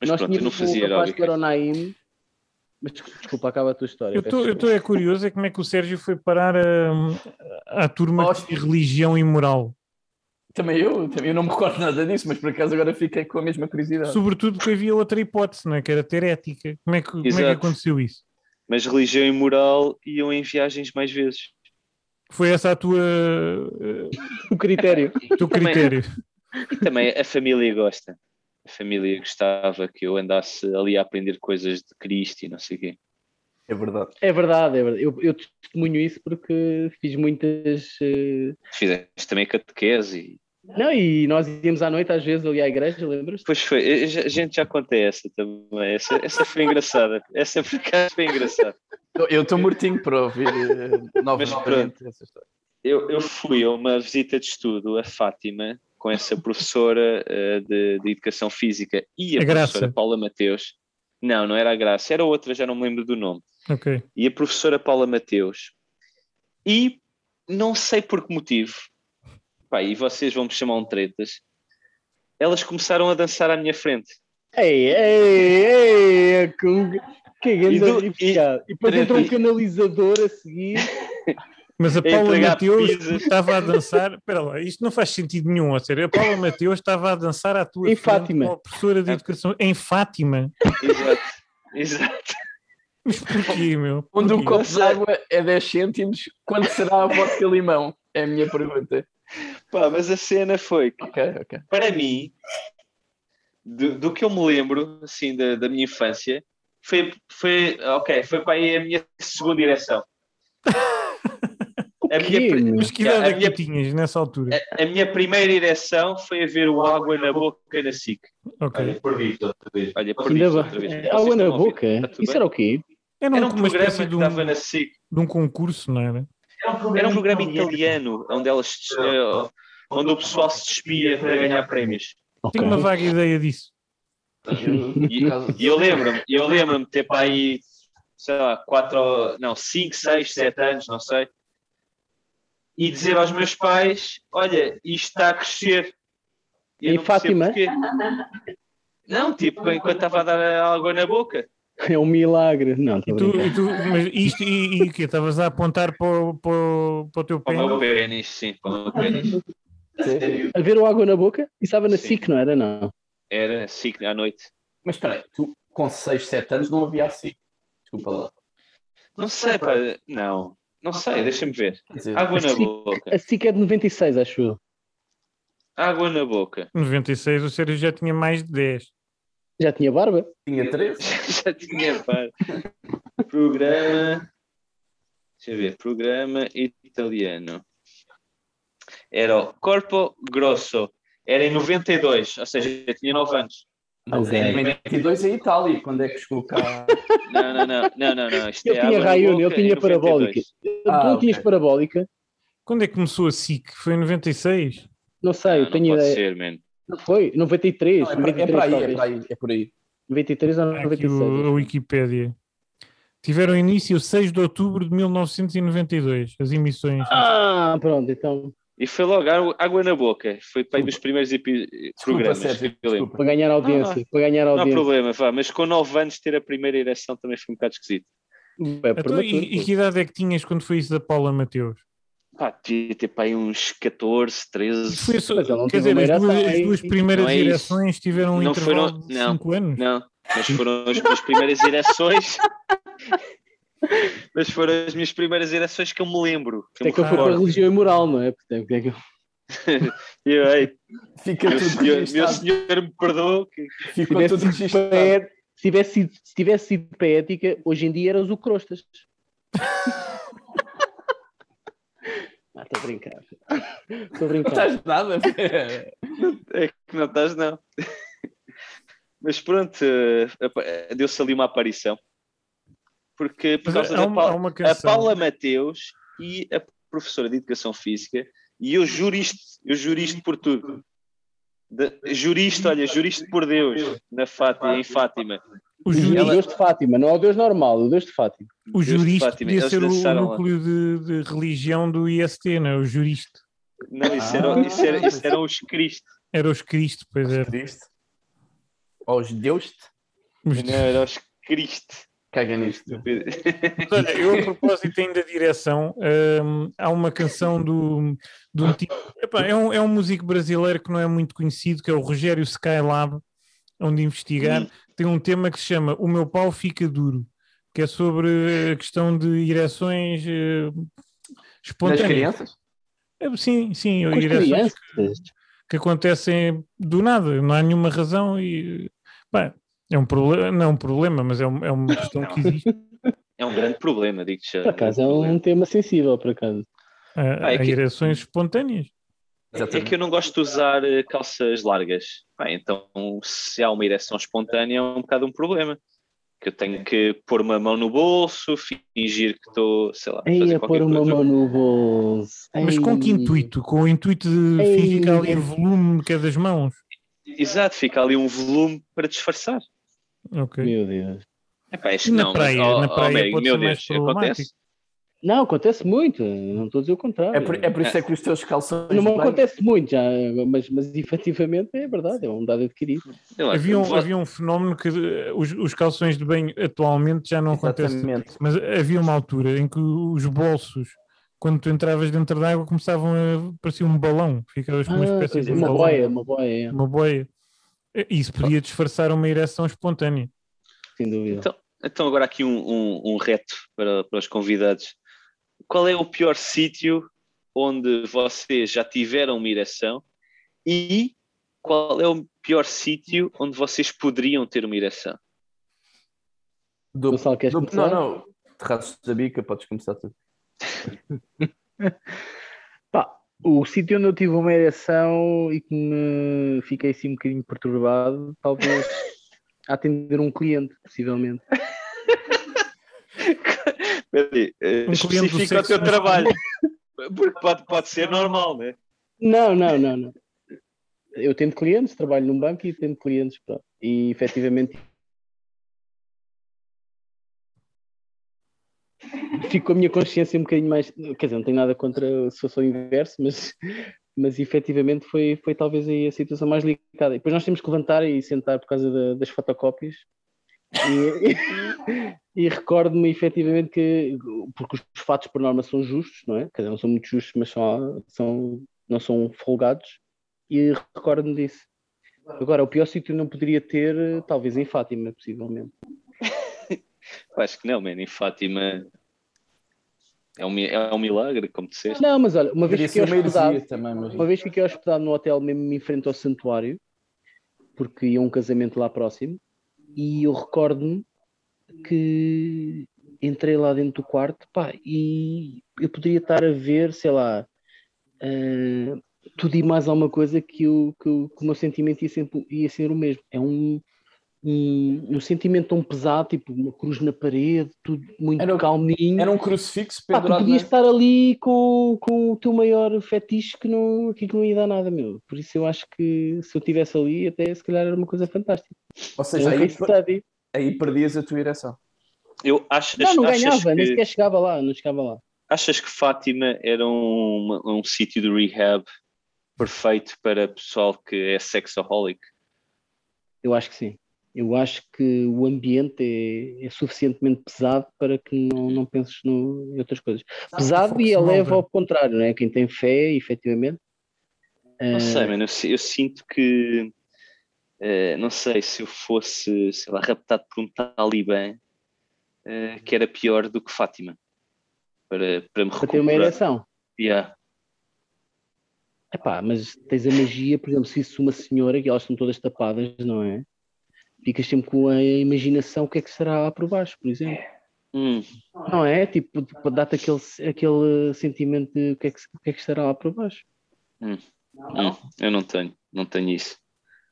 Mas pronto, eu não
tínhamos um
fazia
rapaz que
aeróbica.
era o Naim. Mas desculpa, acaba a tua história.
Eu
peço
estou é curioso é como é que o Sérgio foi parar a, à turma de religião e moral.
Também eu, também eu não me recordo nada disso, mas por acaso agora fiquei com a mesma curiosidade.
Sobretudo porque havia outra hipótese, não é? que era ter ética. Como é que, como é que
Exato.
aconteceu isso?
Mas religião e moral iam em viagens mais vezes.
Foi essa a tua, eh,
desculpa. O critério.
teu
Também-
critério.
E também a família gosta. A família gostava que eu andasse ali a aprender coisas de Cristo e não sei o quê.
É verdade.
É verdade, é verdade. Eu, eu testemunho isso porque fiz muitas. eh,
Fizeste também catequese e
Não, e nós íamos à noite às vezes ali à igreja, lembras?
Pois foi, eu já- a gente já contei essa também. Essa, essa foi engraçada. Essa por acaso foi engraçada.
Eu- Eu estou mortinho para ouvir eh,
Mas
novamente essa história.
Eu, eu fui a uma visita de estudo a Fátima com essa professora eh, de, de educação física e a,
A Graça.
professora Paula Mateus. Não, não era a Graça, era outra, já não me lembro do nome.
Ok.
E a professora Paula Mateus. E não sei por que motivo, pá, e vocês vão me chamar um tretas, elas começaram a dançar à minha frente.
Ei, ei, ei, com... que grande
E do-
arrepiado. E depois entrou um
e-
canalizador a seguir.
Mas a Paula
É entregar
Mateus
pizzas.
estava a dançar. Espera lá, isto não faz sentido nenhum, a sério. A Paula Mateus estava a dançar à tua
Em
frente
Fátima.
com a professora de educação em Fátima.
Exato, exato.
Mas porquê, meu?
Onde o
Porquê?
Um copo
sei.
d'água é 10 cêntimos, quando será a vodka limão? É a minha pergunta.
Pá, mas a cena foi que
Ok, ok.
para mim, do, do que eu me lembro, assim, da, da minha infância, foi, foi, ok, foi para aí a minha segunda direção. É A minha, pri-
Mas que idade
a,
é que
minha,
tu tinhas nessa altura?
a- a minha primeira direção foi a ver o Água na Boca na SIC.
Ok.
Olha, perdi isto outra vez. Olha, perdi
Ainda
isto
vai.
outra vez.
É, Água na boca?
tudo
Isso
bem?
era o quê?
Era,
Era um
um, uma
programa que
espécie de um,
estava na SIC.
de um concurso, não era?
Era um programa italiano onde, elas, se- eh, onde o pessoal se despia para ganhar prémios.
Tenho uma vaga ideia disso.
E, e eu lembro-me, eu lembro-me de ter para aí, sei lá, 4, não, 5, 6, 7 anos, não sei, e dizer aos meus pais: Olha, isto está a crescer. E eu
Em
não percebo
Fátima?
porquê. Não, tipo, enquanto estava a dar algo na boca.
É um milagre. Não,
E
estou a
tu,
brincar.
e tu mas isto, e, e o quê? Estavas a apontar para, o- para, o- para o teu pé?
Para o meu pênis, sim, para o meu pênis.
A ver o água na boca? Isso estava na
Sim.
SIC, não era? Não.
Era assim à noite.
Mas espera aí, tu com 6, 7 anos não havia assim. Desculpa lá.
Não sei, pá, não, não sei, deixa-me ver.
Quer dizer,
Água na
Sim.
boca,
A SIC é de 96, acho eu.
água na boca.
Em 96 o Sérgio já tinha mais de 10.
Já tinha barba?
tinha 13?
Já tinha par. Programa. Deixa eu ver. Programa italiano. Era o Corpo Grosso. Era em 92, ou seja, eu tinha 9 anos.
Mas em 92 é Itália, quando é que chegou cá?
Não, não, não, não, não, não. Isto
Ele
é
tinha
água na
raiuno, ele
boca em
tinha
92.
parabólica. tu
Ah,
não tinhas
ok.
parabólica?
Quando é que começou a SIC? Foi em 96?
Não sei,
Ah, Não,
eu
não
tenho
pode
ideia.
ser, man.
Não foi? 93,
Não, é para-
93
é para aí, é
talvez.
para aí, é por aí.
93 ou
Há Aqui
96.
o, a Wikipédia. Tiveram início 6 de outubro de 1992, as emissões.
Ah, pronto, então
E foi logo água- água na boca. Foi para aí dos primeiros epi- eh,
Desculpa,
programas.
Sérgio,
eu lembro.
desculpa.
para ganhar audiência, para ganhar
Ah. Não há
audiência.
problema, vá, mas com 9 anos ter a primeira ereção também foi um bocado esquisito.
É
Então, e, e que
prematuro.
idade é que tinhas quando foi isso da Paula Mateus?
Pá, devia ter para aí uns 14, 13.
E foi só-
Mas ela não
quer
teve
dizer,
uma
as duas,
ereção,
as
hein?
duas primeiras
Não é isso.
direções tiveram um
Não
intervalo
foram-
de
não,
5 anos.
Não, mas foram as minhas primeiras ereções. mas foram as minhas primeiras ereções que eu me lembro. Que
Até
eu me
É que eu fui para a
recordo.
religião e moral, não é? Portanto, é que eu-
E eu, ei,
Fica
meu,
tudo
senhor, meu
registado.
senhor me perdoou. que-
Ficou tudo
tivesse sido para
registado.
a- se tivesse sido, se tivesse sido para a ética, hoje em dia eras o Crostas. ah, estou a brincar. Estou a
Não
brincar.
estás nada. pé.
É que não estás, não. mas pronto, eh, apa- deu-se ali uma aparição. Porque por
Mas
causa
há
da
uma- há
Paula,
uma
a
canção.
Paula Mateus e a professora de Educação Física, e eu juristo, eu juristo por tudo. De, juristo, olha, juristo por Deus, na Fátima, em Fátima.
O
O
jurista-
Deus de Fátima, não é o Deus normal, o Deus de Fátima.
O
Deus de
jurista
Fátima,
podia
eles
ser o
dançaram lá.
núcleo de, de religião do IST, não é? O jurista.
Não, isso, era,
Ah.
isso, era, isso eram os Cristo.
Era os Cristo, pois é.
Triste. Aos deus te
Mas,
Não, eram os Cristo.
caga nisto.
mas olha, eu a propósito ainda da direção, hum, há uma canção do, de um tipo. Epá, é, um, é um músico brasileiro que não é muito conhecido, que é o Rogério Skylab, onde investigar. Tem um tema que se chama O Meu Pau Fica Duro, que é sobre a questão de ereções eh,
Nas
espontâneas.
crianças?
É, Sim, sim,
Com as
ereções
crianças.
que acontecem do nada, não há nenhuma razão e pá, é um problema, não é um problema, mas é, um- é uma questão que existe.
É um grande problema, digo-te já.
Por acaso é um tema sensível, por acaso.
Há
Ah, é
há
que-
ereções espontâneas.
É que eu não gosto de usar eh, calças largas. Bem, então, se há uma ereção espontânea, é um bocado um problema. Que eu tenho que pôr uma mão no bolso, fingir que estou, sei lá, a
Ei,
fazer
a pôr
qualquer
uma
coisa.
mão no bolso.
Mas com que
Ei.
intuito? Com o intuito de
Ei.
fingir que há ali volume que é das mãos?
Exato, fica ali um volume para disfarçar.
Ok.
Meu Deus.
Epá, isto
E na
não,
praia?
mas, oh,
Na
oh,
praia
Américo,
pode
meu
ser mais
Deus, acontece.
Não, acontece muito. Não estou a dizer o contrário.
É por, é por isso é que os teus calções.
Não
brancos-
acontece muito, já, mas, mas efetivamente é verdade, é um dado adquirido.
Sei lá,
Havia um,
vo-
havia um fenómeno que eh, os, os calções de banho atualmente já não acontece
Exatamente.
Mas havia uma altura em que os bolsos, quando tu entravas dentro da água, começavam a parecer um balão. Ficavas com uma
Ah,
espécie
pois
de
é, uma
balão.
boia, uma boia, é,
Uma boia. Isso podia disfarçar uma ereção espontânea.
sem dúvida.
Então, agora aqui um, um, um reto para, para os convidados. Qual é o pior sítio onde vocês já tiveram uma ereção e qual é o pior sítio onde vocês poderiam ter uma ereção?
Do,
Gonçalo, queres
do-
começar?
Não, não. Terraços da bica, podes começar tudo.
Pá, o sítio onde eu tive uma ereção e que me fiquei assim um bocadinho perturbado, talvez a atender um cliente, possivelmente.
Peraí, eh,
Um cliente do
especifica o teu
sexo masculino.
trabalho. Porque pode, pode ser normal, né?
Não, não, não, não. Eu tendo clientes, trabalho num banco e tendo clientes, pronto. E efetivamente. Fico com a minha consciência um bocadinho mais. Quer dizer, não tenho nada contra se fosse o inverso, mas, mas efetivamente foi, foi talvez aí a situação mais delicada. E depois nós temos que levantar e sentar por causa da- das fotocópias. E, e recordo-me efetivamente que, porque os fatos por norma são justos, não é? Quer dizer, não são muito justos, mas são, são, não são folgados, e recordo-me disso. Agora, o pior sítio não poderia ter, eh, talvez em Fátima, possivelmente.
Eu Acho que não, mano. Em Fátima é um, mi- é um milagre, como disseste.
Não, mas olha, uma
Poderia
vez fiquei
ser uma heresia
hospedado,
também, mas-
uma vez fiquei hospedado no hotel mesmo em frente ao santuário, porque ia um casamento lá próximo, e eu recordo-me que entrei lá dentro do quarto, pá, e eu poderia estar a ver, sei lá, ah, tudo e mais alguma coisa que, eu, que, eu- que o meu sentimento ia, sempre, ia ser o mesmo. É um, um, um sentimento tão pesado, tipo uma cruz na parede, tudo muito calminho.
Era um crucifixo
Pá, tu
pendurado
podias
na-
estar ali com, com o teu maior fetiche que não, que aquilo não ia dar nada, meu. Por isso eu acho que se eu estivesse ali, até se calhar era uma coisa fantástica.
Ou seja,
Era um
é,
aí,
case study.
aí perdias a tua ereção.
Eu acho,
não, não
achas
ganhava, nem
que-
sequer chegava lá, não chegava lá.
Achas que Fátima era um, um sítio de rehab perfeito para pessoal que é sexaholic?
Eu acho que sim. Eu acho que o ambiente é, é suficientemente pesado para que não, não penses no, em outras coisas. Pesado e eleva ao contrário, não é? Quem tem fé, efetivamente.
Não
Ah,
sei, mano. Eu, si- eu sinto que. eh, não sei se eu fosse, sei lá, raptado por um talibã, eh, que era pior do que Fátima. Para, para me
Para ter é uma
recuperar.
ereção.
Yeah.
Epá, mas tens a magia, por exemplo, se isso uma senhora, que elas estão todas tapadas, não é? Ficas sempre com a imaginação o que é que será lá por baixo, por exemplo.
É.
Hum,
Não é? Tipo, dá-te aquele, aquele sentimento de o que, é que, o que é que estará lá por baixo.
Hum. Hum, eu não tenho, não tenho isso.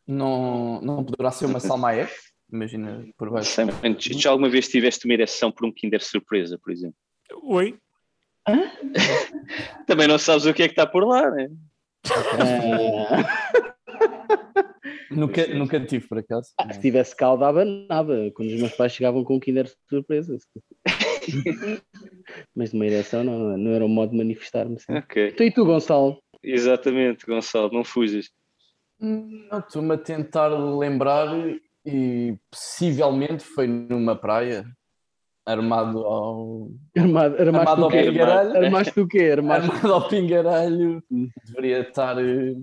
Não, não poderá ser uma Salma Hayek? Imagina por baixo.
Sei, mano, já já alguma vez tiveste uma ereção por um Kinder Surpresa, por exemplo?
Oi?
Também não sabes o que é que está por lá, né?
É. Nunca, nunca tive, por acaso.
Se tivesse caldo, abanava. Quando os meus pais chegavam com o Kinder surpresa. Mas de uma ereção não, não era um modo de manifestar-me. sim.
Ok.
Então e tu, Gonçalo?
Exatamente, Gonçalo, não fujas.
Não, Estou-me a tentar lembrar e possivelmente foi numa praia, armado ao.
Armado, armaste
Armado
o
ao
quê?
pingaralho.
Armaste o quê? Hum. Armaste...
Armado ao pingaralho. Deveria estar. eh,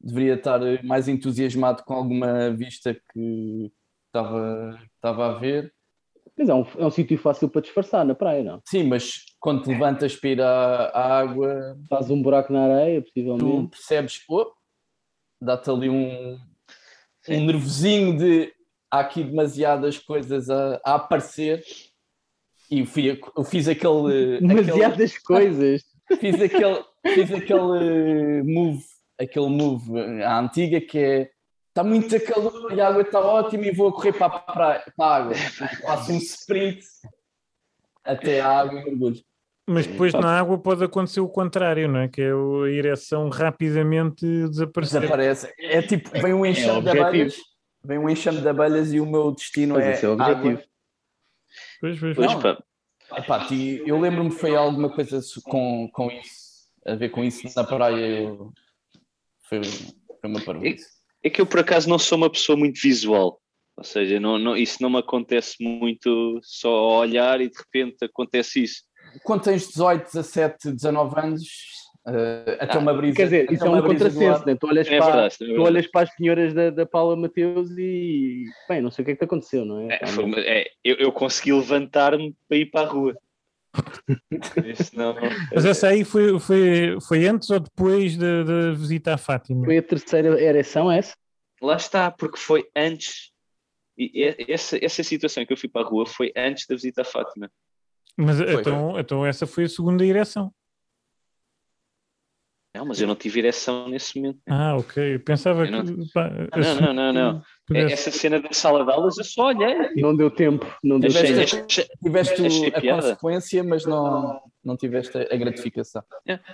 Deveria estar eh, mais entusiasmado com alguma vista que estava, estava a ver.
Mas é um, é um sítio fácil para disfarçar na praia, não?
Sim, mas quando te levantas para ir à, à água,
Faz um buraco na areia,
tu
possivelmente.
percebes, oh, dá-te ali um, um nervosinho de há aqui demasiadas coisas a, a aparecer. E fui a- eu fiz aquele. aquele
Demasiadas coisas.
fiz aquele, fiz aquele move, aquele move à antiga que é está muito calor e a água está ótima e vou a correr para a, praia- para a água. Faço um sprint até à água e mergulho.
Mas depois na água pode acontecer o contrário, não é? Que é o- a ereção rapidamente desaparecer.
Desaparece. É tipo, vem um enxame de
objetivo.
abelhas. Vem um enxame de abelhas e o meu destino
Mas
é.
esse é o objetivo.
água.
Pois, pois,
Pois,
Não.
pá.
Epá, ti- eu lembro-me foi alguma coisa su- com, com isso, a ver com isso na praia. eu- Foi, foi uma
É,
parvoíce.
é que eu, por acaso, não sou uma pessoa muito visual. Ou seja, não, não- isso não me acontece muito só a olhar e de repente acontece isso.
Quando tens 18, 17, 19 anos, eh, até uma brisa.
Quer dizer,
até
isso é
uma
um
brisa do
contrassenso,
lado.
né? tu, olhas
É
para,
verdade, é
tu
verdade.
olhas para as senhoras da, da Paula Mateus e. Bem, não sei o que é que te aconteceu, não é?
É, foi uma- é, eu, eu consegui levantar-me para ir para a rua. é- Isso não.
Mas essa aí foi, foi, foi antes ou depois da da visita à Fátima?
Foi a terceira ereção essa?
Lá está, porque foi antes E é- essa, essa situação em que eu fui para a rua foi antes da visita à Fátima.
Mas então, então essa foi a segunda ereção.
Não, mas eu não tive ereção nesse momento.
Ah, ok. Eu pensava
Eu não- Ah,
que. pá, assim,
Não, não, assim, não, não. É,
pudesse-
Essa cena da sala de aulas eu só olhei.
Não deu tempo, não deu
Achei-
tempo.
achei-
Tiveste
é
achei
a
piada.
consequência, mas não, não tiveste a gratificação.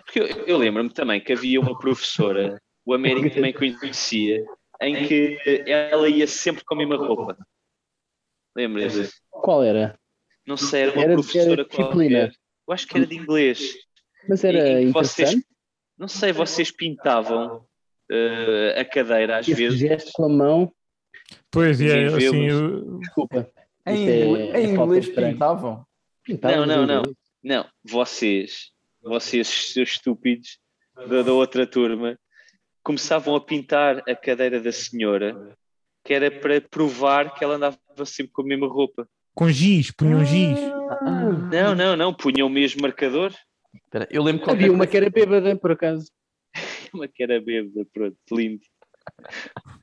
Porque eu, eu lembro-me também que havia uma professora, o Américo também conhecia, em que ela ia sempre com a mesma roupa. Lembras?
Qual era?
Não sei, era uma
É. Era- era
professora
disciplina.
qualquer. Eu acho que era de inglês.
Mas era
E- e vocês-
interessante.
Não sei, vocês pintavam eh, a cadeira às
Esse
vezes.
gesto com a mão.
Pois é,
Ninguém
assim,
viu,
eu-
Desculpa.
Em,
Isto é-
ingl-
é
em inglês
falta de treino.
pintavam?
Pintávamos
Não, não,
em
não.
inglês.
Não, vocês, vocês seus estúpidos da, da outra turma, começavam a pintar a cadeira da senhora, que era para provar que ela andava sempre com a mesma roupa.
com giz,
Ah,
punham giz.
Ah, Não, não, não, punham o mesmo marcador,
Espera, eu lembro qualquer
Havia uma
coisa-
que era bêbada, por acaso.
uma é que era bêbada, pronto, lindo.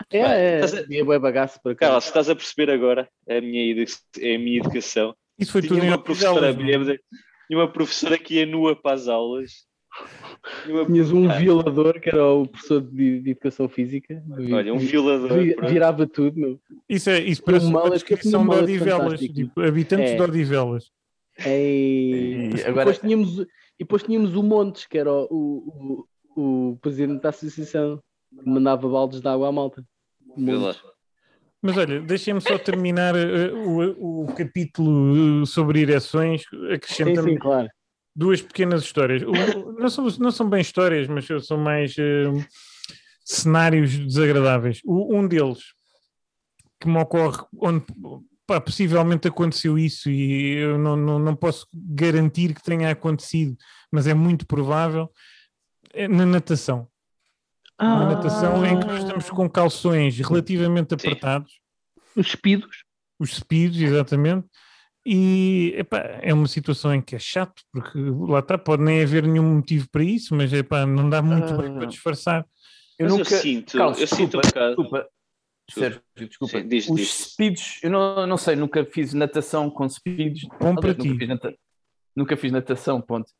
É, é.
Estás a-
Havia boi bagaço, por
Carla,
acaso.
se estás a perceber agora a minha, edu- a minha educação,
Isso foi tudo em
tinha uma professora
Odivelas, não é?
bêbada, tinha uma professora que ia nua para as aulas. Tinha uma-
Tinhas um
Ah.
violador, que era o professor de, de educação física.
Olha, um
Vi-
violador.
vi-
pronto.
Virava tudo, meu.
Isso, é, isso parece uma
malas-
descrição
um
de
malas
Odivelas,
fantástico.
tipo, habitantes
É.
de Odivelas.
Ei,
E
e
agora-
depois, tínhamos, e depois tínhamos o Montes, que era o, o, o presidente da associação, que mandava baldes de água à malta.
Vê lá.
Mas olha, deixem-me só terminar eh, o, o capítulo eh, sobre ereções,
Sim,
acrescentando
sim, claro.
duas pequenas histórias. O- não, são, não são bem histórias, mas são mais eh, cenários desagradáveis. O- um deles que me ocorre, onde pá, possivelmente aconteceu isso, e eu não, não, não posso garantir que tenha acontecido, mas é muito provável, é na natação. Na
Ah.
natação em que nós estamos com calções relativamente
Sim.
apertados
Os espidos.
os speeds, exatamente. E epá, é uma situação em que é chato, porque lá está, pode nem haver nenhum motivo para isso, mas epá, não dá muito bem para disfarçar.
Eu
assim,
Mas
nunca.
eu sinto,
Carlos,
eu sinto um
desculpa,
bocado.
Desculpa. Sérgio, desculpa.
Sim, diz,
Os
diz.
speeds, eu não, não sei, nunca fiz natação com speeds.
Bom para
Aliás,
ti.
Nunca fiz, nata- nunca fiz natação, ponto.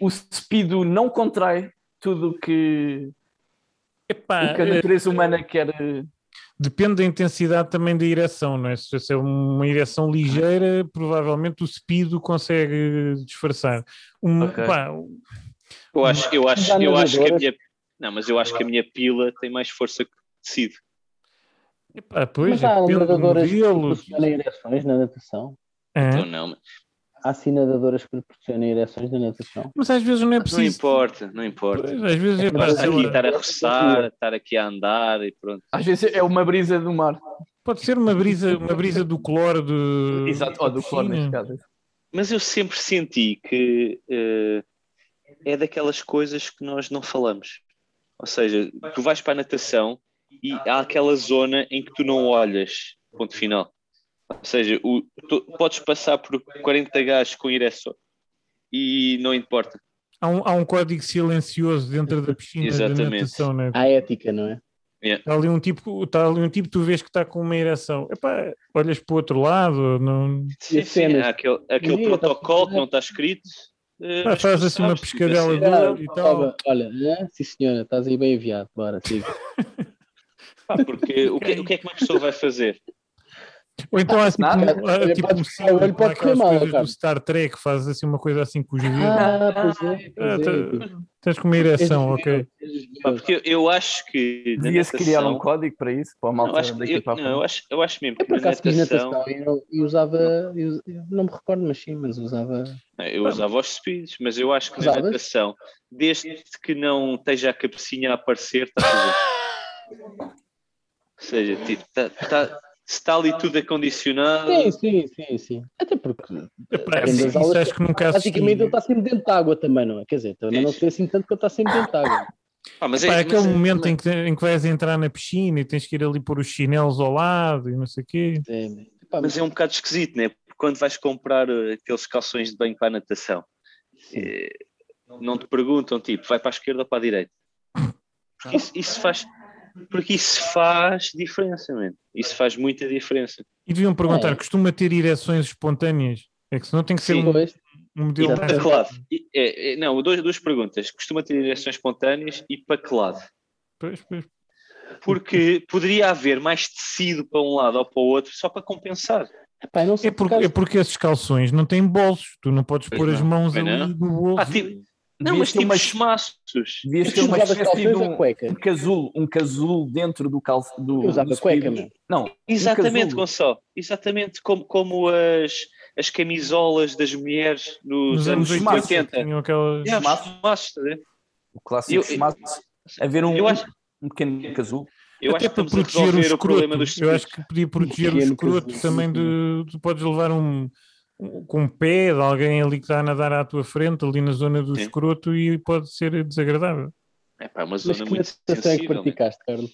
O speedo não contrai tudo o que,
Epá,
o que a
eh,
natureza humana quer. eh,
depende da intensidade também da ereção, não é? Se se é uma ereção ligeira, provavelmente o speed o consegue disfarçar. Um,
Ok.
pá,
Eu acho, eu acho, eu
nas
acho que a
adoras.
minha. Não, mas eu acho que a minha pila tem mais força que tecido.
epá, pois, é
Mas há
depende do
nadadoras que
modelo.
proporcionam ereções na natação.
Então
Hã?
não, mas
Há sim nadadoras que proporcionam ereções na natação.
Mas às vezes não é
não
preciso.
importa, não importa.
Pois, às vezes é
É
Agora
mas
estar
eu-
aqui,
preciso.
estar a roçar, estar aqui a andar e pronto.
Às vezes é uma brisa do mar.
Pode ser uma brisa, uma brisa do cloro de.
Exato, ou do cloro, neste
Hum. Sim.
caso.
Mas eu sempre senti que eh, é daquelas coisas que nós não falamos. Ou seja, tu vais para a natação e há aquela zona em que tu não olhas, ponto final. Ou seja, o- tu podes passar por 40 gajos com ereção e não importa.
Há um, há um código silencioso dentro da piscina da
Exatamente.
natação, né?
Há ética, não é?
Está ali um tipo, está ali um tipo, tu vês que está com uma ereção. Epá, olhas para o outro lado, não...
Sim,
as
sim,
cenas?
há aquele, é aquele
Sim, eu tava-
protocolo que não está escrito. eh,
Pá,
mas
faz
tu
assim uma
sabes, tipo
pescadela
assim,
do-
Ah,
e tal.
Olha, olha, ah, sim senhora, estás aí bem enviado, bora, siga.
pá, Porque o que, o que é que uma pessoa vai fazer?
Ou então há tipo,
Nada.
um- há, tipo um
Pode- Ah, olha,
símbolo,
pode
há
correr
aquelas
mal,
coisas do
Ricardo.
Star Trek, faz assim uma coisa assim com os dedos.
Ah, pois é,
Ah,
pois é.
tá- Tens com uma ereção, ok.
Pá, Porque eu, eu acho que na
Devia-se criar um
natação-
código para isso, para a malta
Não, acho, que-
daqui
eu,
para a
não, eu
frente.
acho, eu acho mesmo
Eu
que
É por
na
acaso fiz
natação
natação e não- e usava, eu- eu não me recordo, mas sim, mas usava.
eu usava os speeds, mas eu acho que na
Usavas?
natação, desde que não esteja a cabecinha a aparecer, está tudo bem. Ou seja, tipo, tá, tá- se está ali tudo acondicionado,
Sim, sim, sim, sim. Até porque
Epá,
Sim,
isso
das aulas-
acho que nunca assisti.
praticamente ele está sempre dentro de água também, não é? Quer dizer, também não sei assim tanto que ele está sempre dentro de água.
Pá, mas
Pá,
é-
aquele
mas é-
momento em que, em que vais entrar na piscina e tens que ir ali pôr os chinelos ao lado e não sei o quê.
É, pá,
Mas é um bocado esquisito, né? Porque quando vais comprar eh, aqueles calções de banho para a natação, eh, não te perguntam, tipo, vai para a esquerda ou para a direita? Porque isso, isso faz, Porque isso faz diferença, mano. Isso faz muita diferença.
E deviam
É.
perguntar, costuma ter ereções espontâneas? É que senão tem que ser um, um
E
modelo mais-
paclado. E- é, é, não, duas, duas perguntas. Costuma ter ereções espontâneas e paclado.
Pois, pois.
Porque poderia haver mais tecido para um lado ou para o outro só para compensar.
é, porque, é porque esses calções não têm bolsos, tu não podes pôr as mãos
Pois
ali
não.
no bolso.
Ah, tipo- não,
Devias
mas
ter
tipo
umas-
esmaços.
Devias ter uma espécie de um, um casulo, um casulo dentro do calço. Do,
Eu usava
dos
cueca,
filhos.
meu.
Não. um
Exatamente,
casulo.
Gonçalo. Exatamente como, como as, as camisolas das mulheres nos,
Nos
anos
anos 80,
80.
Tinham aquelas...
É, os maços, estás a ver?
O clássico
Eu-
chamasse. Haver um,
eu acho-
um pequeno casulo.
Eu
Até
acho que
para
estamos a
proteger o
resolver o problema
escroto.
dos
Eu acho que podia proteger o
Higiene
escroto
caseira.
também de. Tu podes levar um, um- com um pé de alguém ali que está a nadar à tua frente, ali na zona do escroto, e pode ser desagradável.
É pá, uma
Mas
zona
que
muito
natação é que
sensível. né?
praticaste, Carlos?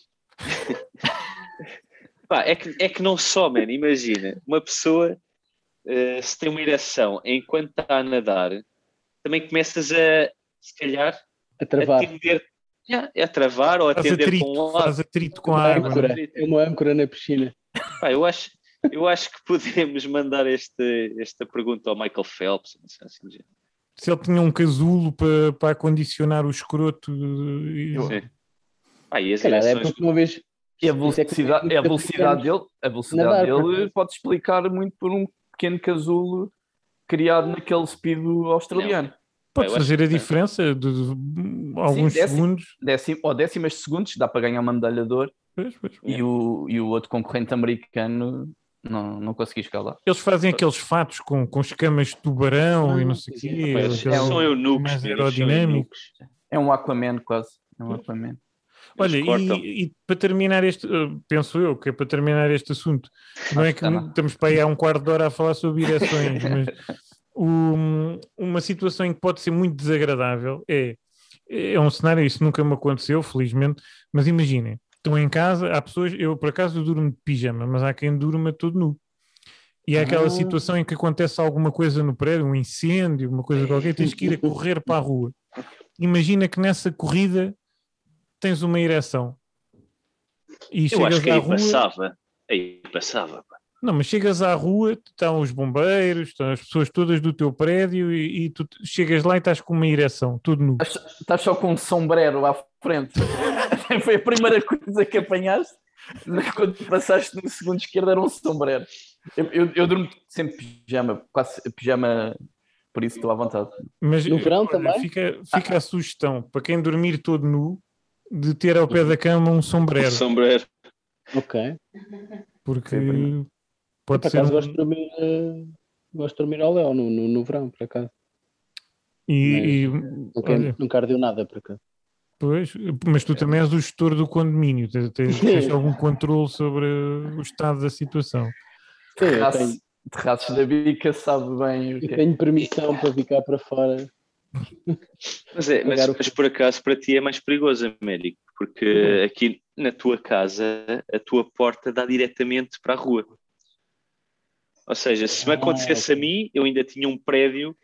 Pá, é, que, é que não só, man, imagina, uma pessoa eh, se tem uma ereção enquanto está a nadar, também começas a, se calhar,
A travar.
tender, yeah, a travar ou a
Faz
tender
atrito,
com um lado.
faz
atrito
uma âncora, é uma âncora na piscina.
Pá, eu, acho, eu acho que podemos mandar este, esta pergunta ao Michael Phelps. não sei, assim, gente.
Se ele tinha um casulo para, para acondicionar o escroto. e-
Sim. Pá, e as
Calhar é
ereções...
porque uma vez.
E a velocidade, é a velocidade dele, a velocidade
Nadar,
dele
porque-
pode explicar muito por um pequeno casulo criado naquele speed australiano.
Pode fazer a diferença de, de alguns
Sim, décimo-
segundos.
décimo- ou décimas de segundos, dá para ganhar uma medalha de ouro. E, o, e o outro concorrente americano não, não conseguiu escalar.
Eles fazem aqueles fatos com, com escamas de tubarão e não sei o quê. aqueles- é um mais aerodinâmicos.
É um Aquaman quase. É um Aquaman.
Olha, e, e para terminar este, uh, penso eu que é para terminar este assunto, não é que
está lá.
estamos para aí há um quarto de hora a falar sobre ereções, mas um- uma situação em que pode ser muito desagradável é, é um cenário, isso nunca me aconteceu, felizmente, mas imaginem, estão em casa, há pessoas, eu por acaso durmo de pijama, mas há quem durma todo nu. E há aquela
Ah.
situação em que acontece alguma coisa no prédio, um incêndio, uma coisa qualquer, tens que ir a correr para a rua. Imagina que nessa corrida tens uma ereção. E
eu
chegas
acho que
à
aí
rua.
passava. Aí passava. pá.
Não, mas chegas à rua, estão os bombeiros, estão as pessoas todas do teu prédio e, e tu te- chegas lá e estás com uma ereção, tudo nu.
Estás só com um sombrero à frente. Foi a primeira coisa que apanhaste quando passaste no segundo esquerdo era um sombrero. Eu, eu, eu durmo sempre de pijama, quase pijama, por isso estou à vontade.
Mas
No verão
olha,
também?
Fica, fica a sugestão para quem dormir todo nu de ter ao pé da cama um sombrero.
Sombreiro.
Ok.
Porque
Eu,
pode
por
ser.
acaso
um-
gosto de dormir. eh, Gosto de dormir ao Léo no, no, no verão, por acaso.
E,
Mas
e-
nunca,
olha,
nunca ardeu nada, por acaso.
pois, mas tu também és o gestor do condomínio, tens, tens- tens algum controle sobre o estado da situação.
Sim, eu
Terraço-
tenho-
Terraços da bica sabe bem o que
Eu
é.
tenho permissão para ficar para fora.
Mas, é, mas,
Pagar o-
mas por acaso para ti é mais perigoso, Américo,
Uhum.
porque aqui na tua casa a tua porta dá diretamente para a rua. Ou seja, se me
Ah,
acontecesse a mim, eu ainda tinha um prédio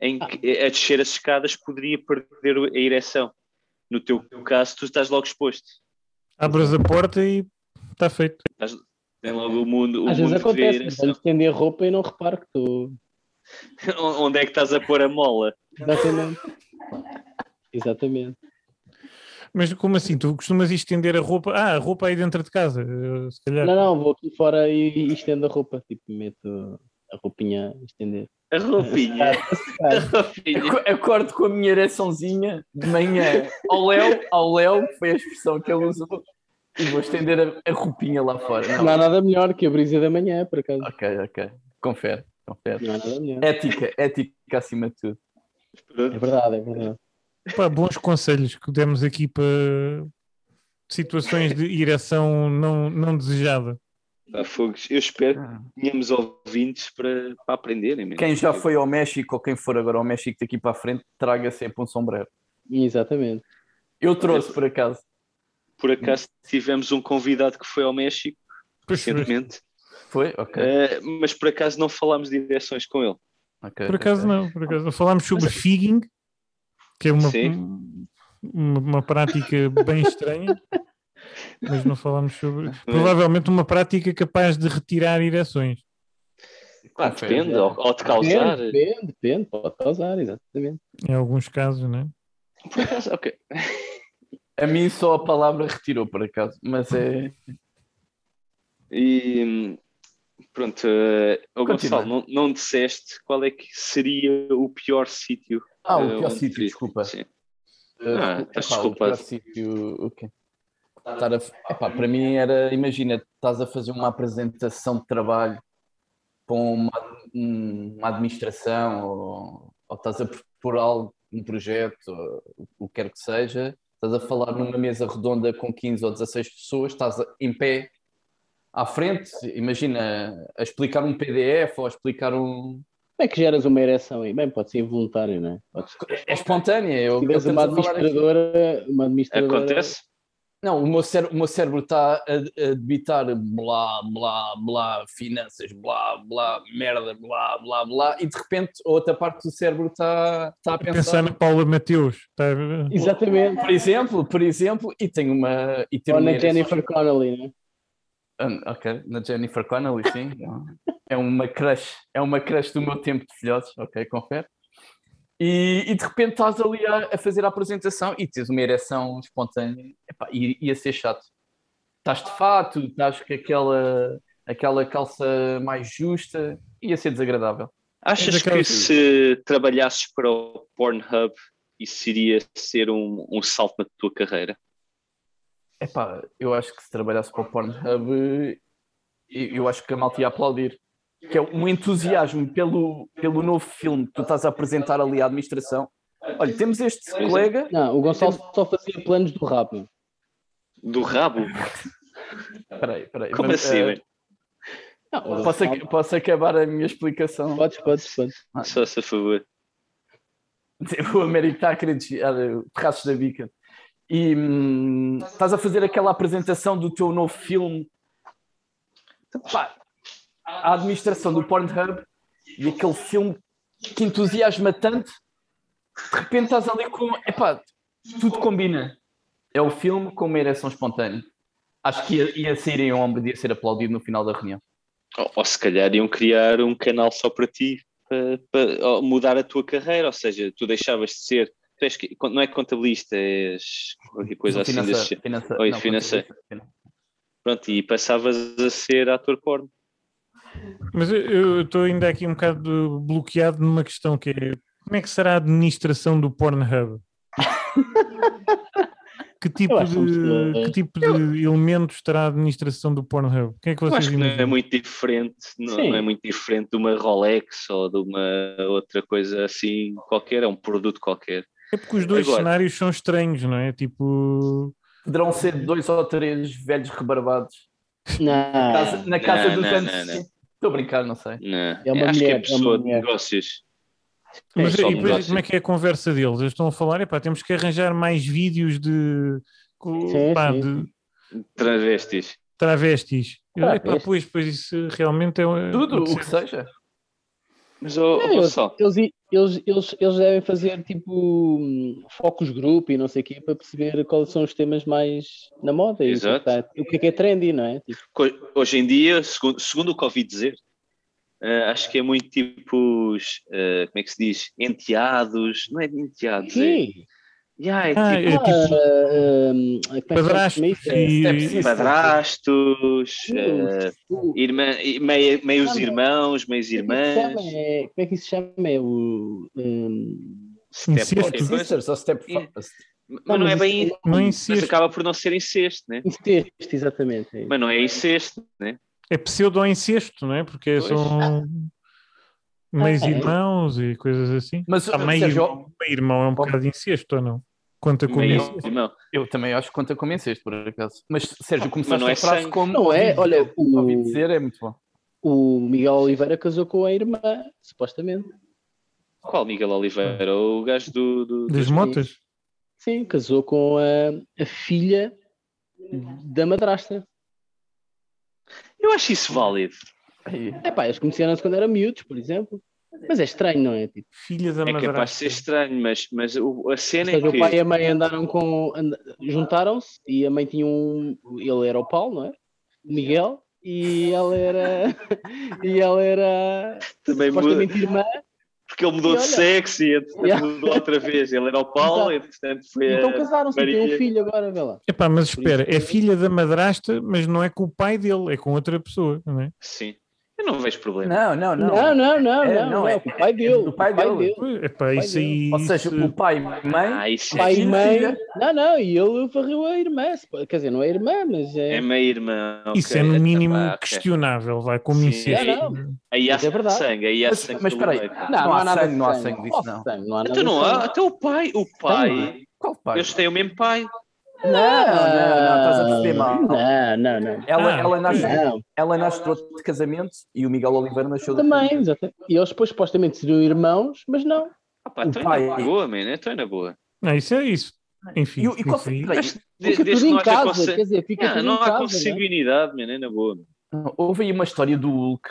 em
Ah.
que a descer as escadas poderia perder a ereção. No teu caso, tu estás logo exposto.
Abras a porta e está feito.
Estás, tem logo o mundo, o
Às vezes
mundo que vê a
acontece,
ereção.
vou estender a roupa e não reparo que estou.
Onde é que estás a pôr a mola?
Exatamente. Exatamente.
Mas como assim? Tu costumas estender a roupa? Ah, a roupa aí dentro de casa, eh, se calhar.
Não, não, vou aqui fora e, e estendo a roupa. Tipo, meto a roupinha a estender.
A roupinha.
Ac- Acordo com a minha ereçãozinha de manhã ao Léo, ao Léo, que foi a expressão que ele usou, e vou estender a, a roupinha lá fora.
Não há nada melhor que a brisa da manhã, por acaso.
Ok, ok. Confere, confere.
Não há nada melhor.
Ética, ética acima de tudo.
É verdade, é verdade.
Pá, bons conselhos que demos aqui para situações de ereção não, não desejada.
Há fogos. Eu espero
Ah.
que tenhamos ouvintes para, para aprenderem. mesmo.
Quem já foi ao México ou quem for agora ao México daqui para a frente, traga sempre um sombrero.
Exatamente.
Eu trouxe, por acaso.
Por acaso tivemos um convidado que foi ao México
Pois foi.
recentemente. eh,
Foi? Ok.
mas por acaso não falámos de direções com ele.
É, Por acaso não, por acaso. não. Falámos sobre figging, que é uma,
Sim.
uma, uma prática bem estranha. mas não falámos sobre.
é?
Provavelmente uma prática capaz de retirar ereções.
Ah, depende, ou, ou de causar.
Depende, depende, depende, pode causar, exatamente.
Em alguns casos, não é?
Por acaso, ok.
A mim só a palavra retirou, por acaso, mas é.
E pronto, eh, ô
Continua.
Gonçalo, não, não disseste qual é que seria o pior sítio.
Ah, o
eh,
pior
onde
sítio,
ir.
desculpa.
Sim.
Uh,
Ah,
desculpa,
estás
pá, o pior
desculpado.
sítio, o quê? Estar a- ah, pá, para mim era, imagina, estás a fazer uma apresentação de trabalho para uma, uma administração ou, ou estás a propor algo, um projeto, ou o que quer que seja, estás a falar numa mesa redonda com 15 ou 16 pessoas, estás a- em pé à frente, imagina, a explicar um PDF ou a explicar um.
Como é que geras uma ereção aí? Bem, pode ser involuntário, não é? Pode ser.
É espontânea. Eu,
Se tiveres
eu
uma
estamos a falar aqui-
administradora, uma administradora.
Acontece?
eh, Não, o meu, cére- o meu cérebro está a, a debitar blá, blá, blá, finanças, blá, blá, merda, blá, blá, blá, e de repente a outra parte do cérebro está, está a
Pensar,
pensar.
na Paula Mateus. Tá a ver?
Exatamente.
Por exemplo, por exemplo, e tem uma. E tem
Ou na
uma ereção-
Jennifer Connelly, não é?
Ah, ok, na Jennifer Connelly, sim. é uma crush, é uma crush do meu tempo de filhotes, ok, confere. E, e de repente estás ali a, a fazer a apresentação e tens uma ereção espontânea, Epá, i- ia ser chato. Estás de fato, estás com aquela, aquela calça mais justa, ia ser desagradável.
Achas
Mas aquela-
que se trabalhasses para o Pornhub isso iria ser um, um salto na tua carreira?
Epá, eu acho que se trabalhasse para o Pornhub, eh, eu eu acho que a malta ia aplaudir. Que é um entusiasmo pelo, pelo novo filme que tu estás a apresentar ali à administração. Olha, temos este colega,
Não, o Gonçalo só fazia planos do rabo. meu.
Do rabo?
Peraí, peraí.
Como
vamos-
assim,
eh,
velho?
Não, o
posso,
Gonçalo-
ac- posso acabar a minha explicação?
Podes, podes, podes.
ah,
Só se a favor.
Tipo, O Américo está a querer desviar eh, o terraços da bica. E hum, estás a fazer aquela apresentação do teu novo filme. Então, Pá, a administração do Pornhub e aquele filme que entusiasma tanto, de repente estás ali com. Epá, tudo combina. É o filme com uma ereção espontânea. Acho que ia, ia sair em ombro, ia ser aplaudido no final da reunião.
Ou, ou se calhar iam criar um canal só para ti, para, para- ou mudar a tua carreira, ou seja, tu deixavas de ser. tu és que- não é contabilista, és qualquer coisa assim desse
um Financeiro,
género.
financeiro,
Oi,
não,
financeiro.
contabilista,
Pronto, e passavas a ser ator porno.
Mas eu- eu estou ainda aqui um bocado bloqueado numa questão que é como é que será a administração do Pornhub? que,
Eu
tipo
acho que vamos
de,
ter-
que tipo de elementos terá a administração do Pornhub? O que é que
Eu
vocês
acho que não é
imaginam?
muito diferente, não,
Sim.
não é muito diferente de uma Rolex ou de uma outra coisa assim qualquer, é um produto qualquer.
É porque os dois
Agora-
cenários são estranhos, não é? Tipo,
Poderão ser dois ou três velhos rebarbados
Não.
Casa- na casa
não,
dos
não,
anos.
não, não.
Estou a brincar, não sei.
Não.
É uma
acho que é
mulher, é uma
pessoa de
mulher.
negócios.
mas
só
e depois,
negócio.
como é que é a conversa deles? Eles estão a falar, epá, temos que arranjar mais vídeos de, co-
Sim,
pá,
sim. Ah,
de
Transvestis.
travestis. Eu, Epá,
Travestis.
pois, pois isso realmente é um-
Tudo,
pode
o
ser.
que seja.
Mas, ó, ó,
Não, eles,
Gonçalo,
eles, eles, eles, eles devem fazer tipo hum, focus group e não sei o quê para perceber quais são os temas mais na moda e o que é que
Exato.
tá- o que é, que é trendy, não é? Tipo,
co- hoje em dia, segundo, segundo o que ouvi dizer, eh, acho que é muito tipo os, eh, como é que se diz? Enteados, não é de enteados, é,
sim.
Yeah, é
Ah,
tipo
é tipo
Ah, hum, como é que
padrastos
chama isso?
e,
Step-sister.
padrastos,
É,
eh,
o-
irmã, e- meia- meios irmãos, meias
como é que se
irmãs.
chama? É- Como é que isso se chama? É o. hum,
Step
Incesto.
qualquer coisa.
Sisters ou step
Sim.
fa-
Mas não é bem.
não
Mas
insisto.
acaba por não ser incesto, né?
Incesto, exatamente. é.
Mas não é incesto, né?
é pseudo-incesto, não é? Porque
Pois.
são meios
Ah, é.
irmãos e coisas assim.
Mas
Ah, meio,
Sérgio,
irmão, meio irmão é um bocado de incesto ou não? Conta com
Meio
isso.
irmão.
eu também acho que conta como incesto, por acaso. Mas Sérgio, começaste
não é
a frase
sangue.
como.
Não é?
ouvi
Olha,
dizer.
o-
Ouvi dizer, é muito bom.
O Miguel Oliveira casou com a irmã, supostamente.
Qual Miguel Oliveira? O gajo do. do-
Das motas?
Sim, casou com a, a filha da madrasta.
Eu acho isso válido.
Aí.
Epá, eles conheceram-se quando eram miúdos, por exemplo. Mas é estranho, não é? Tipo,
Filhas da
É capaz de
madrasta.
ser estranho, mas, mas o- a
ou
cena é
seja, o
que.
pai e a mãe andaram com. and- juntaram-se e a mãe tinha um. Ele era o Paulo, não é? O Miguel. E ela era. e ela era.
Também
supostamente
muda.
irmã.
Porque ele mudou
E
de
olha.
sexo e entretanto
Yeah.
mudou outra vez. Ele era o Paulo, entretanto foi
Então
a
casaram-se e têm um
É, Maria.
filho agora, vê lá.
Epá, mas espera, é filha da madrasta, mas não é com o pai dele, é com outra pessoa, não é?
Sim. Eu não vejo problema.
Não, não, não.
Não, não, não, não,
É, não,
não,
é-
o pai dele.
do pai
o pai
dele.
dele.
Pois, Epá, isso aí.
Ou seja,
isso-
o pai, mãe,
Ah, isso
Pai
Sim,
e mãe.
filha.
Não, não, e ele varreu a irmã. se- Quer dizer, não é irmã, mas
é
é.
meia irmã.
Isso é no mínimo questionável, vai, como
né? Sim.
incesto.
É, não.
Aí há
Mas é verdade.
sangue, aí há
Mas-
sangue.
mas espera
pelo
aí.
meio, pá.
Não há
nada de
sangue, não há sangue disso,
Oh,
não.
sangue, não há nada
Então não
de
há,
sangue.
até o pai, o
é?
pai.
qual pai?
Eles têm o mesmo pai.
Não, não, não, estás a perceber mal.
Não,
Tá
não, não.
Ela,
Ah,
ela nasce,
Não,
ela nasce de outro casamento e o Miguel Oliveira nasceu de outro
também,
casamento.
exatamente. E eles depois supostamente seriam irmãos, mas não.
Ah, pá,
O
estou
pai.
na boa, man. Eu Estou na boa.
Não, isso é isso. Enfim,
E, o- e qual
isso aí-
peraí,
De-
Fica tudo
que
em
não haja
casa,
conse-
quer dizer, fica
Ah,
tudo
não
em
há
casa. não é?
consanguinidade, man. É na boa. man.
Houve aí uma história do Hulk.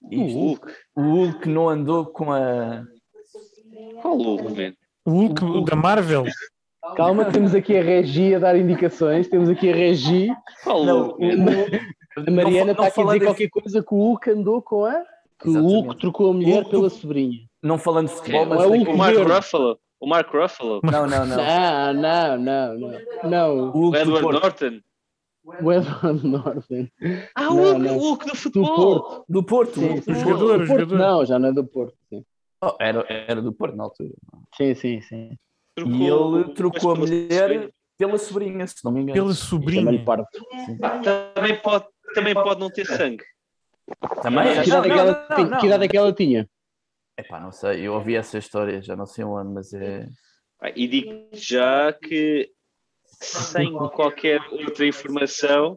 O Hulk.
O Hulk não andou com a.
Qual Hulk, man?
o Hulk
o-
da Marvel,
Calma, temos aqui a Regi a dar indicações, temos aqui a Regi.
Qual
Não,
Hulk, man?
A Mariana
Não fa- não
está aqui a
fala
dizer
desse-
qualquer coisa que o Hulk andou com a. Que o Hulk
Exatamente.
trocou a mulher
Hulk-
pela sobrinha.
Não falando de futebol,
Quem?
mas.
Não é o
daquele-
O Mark
Verde.
Ruffalo. O Mark Ruffalo.
Não, não, não.
Não, não, não, não. Não,
O
O
Hulk do
Edward
Porto.
Norton.
o Edward Norton.
Ah,
Não,
o Hulk,
não.
o Hulk do
Do
futebol.
Porto.
Do Porto.
Sim, sim.
o jogador,
Do
o
Porto,
jogador.
Não, já não é do Porto. Sim,
Oh, era, era do Porto na altura.
sim, sim. sim.
Trocou
E ele
o-
trocou a
pela
mulher
sobrinha.
pela sobrinha, se não me engano.
pela
Também
sobrinha.
do Porto.
Também pode, também pode não ter sangue.
Também?
Que idade é que ela ti- que idade é que ela tinha?
Epá, não sei, eu ouvi essa história, já não sei onde, mas é.
Ah, E digo já que sem qualquer outra informação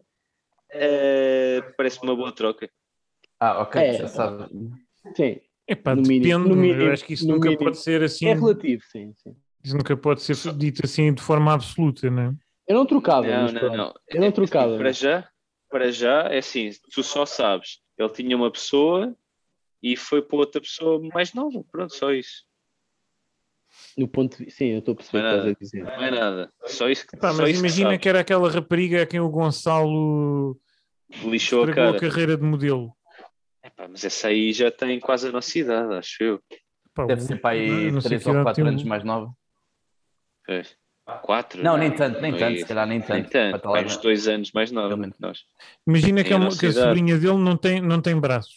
eh, parece uma boa troca.
Ah, ok,
É.
já sabe.
Sim.
Epá,
No mínimo,
depende,
no mínimo,
eu acho que isso
no
nunca
mínimo.
pode ser assim,
É relativo, sim, sim.
isso nunca pode ser dito assim de forma absoluta, não é?
Eu não trocava.
Não,
mas
não,
pronto.
não.
Eu não
É,
trocava.
Para já, para já é assim, tu só sabes. Ele tinha uma pessoa e foi para outra pessoa mais nova. Pronto, só isso.
No ponto de vista. Sim, eu estou a perceber o que estás a dizer.
Não é nada. Só isso que
Epá,
só
mas
isso
imagina que,
que,
era aquela rapariga a quem o Gonçalo
sabes. lixou a
estragou a
cara.
carreira de modelo.
Epá, Ah, mas essa aí já tem quase a nossa idade, acho eu.
Epá,
Deve
o-
ser para aí
não sei
3
que
ou
idade
4
tem um o-
anos mais nova.
Pois. É, Quatro?
Não, nem tanto, nem
Não é
tanto, se
isso.
calhar nem tanto.
Nem tanto.
Para
Pá, uns dois anos mais nova
Realmente.
que nós.
Imagina
Sim,
que,
a
é uma-
nossa
que a
idade.
sobrinha dele não tem, não tem braços.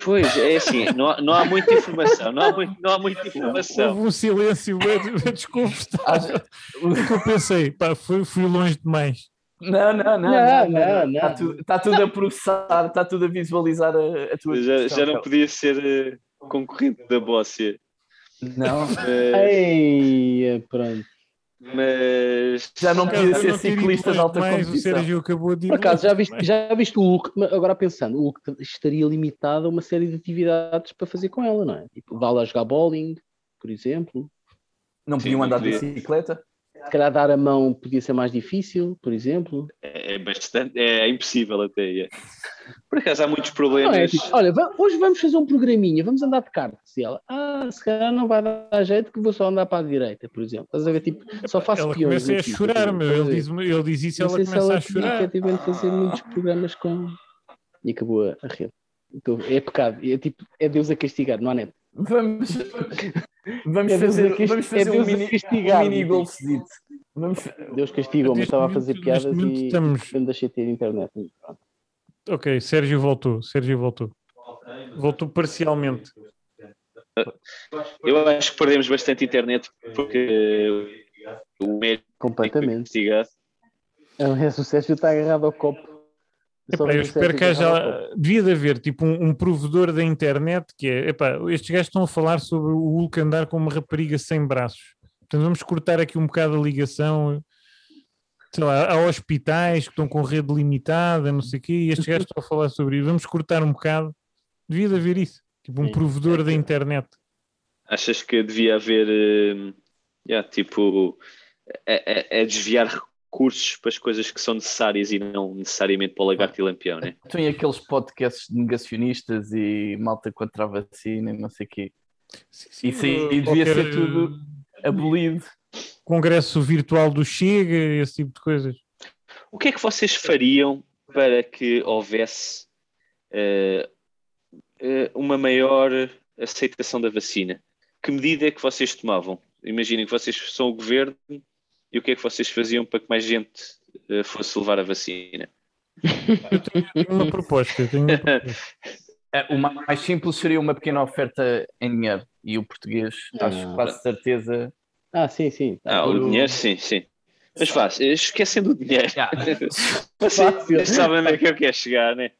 Pois, é assim, não há, não há muita informação, não há, muito, não há muita informação.
Houve um silêncio bué de- bué desconfortável. É que eu pensei, pá, fui, fui longe demais.
Não, não, não.
Não, não,
Está
não.
tudo, está tudo a processar, está tudo a visualizar a, a tua
Já,
questão,
já não
Carlos.
podia ser eh, concorrente da Eh, Bóssia.
Não,
Mas,
Ei, pronto.
mas-
já não
Por
podia
acaso, eu
ser
não tinha ido
ciclista de
longe
alta
demais, O
competição.
Sérgio acabou de ir
Por acaso,
longe
já viste,
demais.
já viste o Hulk, mas agora pensando, o Hulk estaria limitado a uma série de atividades para fazer com ela, não é? Tipo, vá-la jogar bowling, por exemplo.
Não
Sim,
podiam
não
andar de
podia.
bicicleta?
Se calhar dar a mão podia ser mais difícil, por exemplo.
é, é bastante, é, impossível até. é. Por acaso há muitos
Não
problemas.
é, tipo, olha, va- hoje vamos fazer um programinha, vamos andar de cartas. E ela, ah, se calhar não vai dar jeito que vou só andar para a direita, por exemplo. Estás a ver, tipo, só faço
Ela
peões
começa
no
a
tipo,
chorar, meu.
estás a
Ele
ver?
diz, ele diz isso e
Não
ela
sei se
começa
ela
a chorar.
efetivamente fazer muitos programas com... E acabou a, a rede. Então, é pecado, é tipo, é Deus a castigar, não há net.
Vamos, vamos
É Deus a
fazer,
cast-
vamos
é
fazer um
Deus a
mini,
castigar,
um mini
digo.
golfezito. Vamos,
Deus castigou, mas
Neste
estava a
momento-
fazer
neste
piadas
momento
e
estamos-
eu me deixei ter internet. Pronto.
Ok, Sérgio voltou. Sérgio voltou. Voltou parcialmente.
Eu acho que perdemos bastante internet porque eh, o médico
Completamente. É
investigado.
Aliás, o Sérgio está agarrado ao copo. só
Epá,
vejo o
eu espero
Sérgio
que
agarrado ao copo.
haja. Devia de haver tipo um, um provedor da internet que é. Epá, estes gajos estão a falar sobre o Hulk andar com uma rapariga sem braços. Portanto, vamos cortar aqui um bocado a ligação. Sei lá, há hospitais que estão com rede limitada, não sei o quê, e estes gajos estão a falar sobre isso. Vamos cortar um bocado. Devia de haver isso. Tipo um
Sim.
provedor da internet.
Achas que devia haver, eh, yeah, tipo, a, a- a desviar cursos para as coisas que são necessárias e não necessariamente para o lagarto e lampião, né?
Então, e aqueles podcasts de negacionistas e malta contra a vacina e não sei o quê. Isso aí devia
Qualquer,
ser tudo eh, abolido.
Congresso virtual do Chega, esse tipo de coisas.
O que é que vocês fariam para que houvesse eh, eh, uma maior aceitação da vacina? Que medida é que vocês tomavam? Imaginem que vocês são o governo e o que é que vocês faziam para que mais gente eh, fosse levar a vacina?
Tenho uma proposta. Tenho uma proposta.
É, O mais simples seria uma pequena oferta em dinheiro. E o português, acho que quase certeza.
Ah, sim, sim.
Ah, o dinheiro, sim, sim. Mas faz, esquecendo o dinheiro.
Fácil.
Vocês sabem onde é que eu quero chegar, né?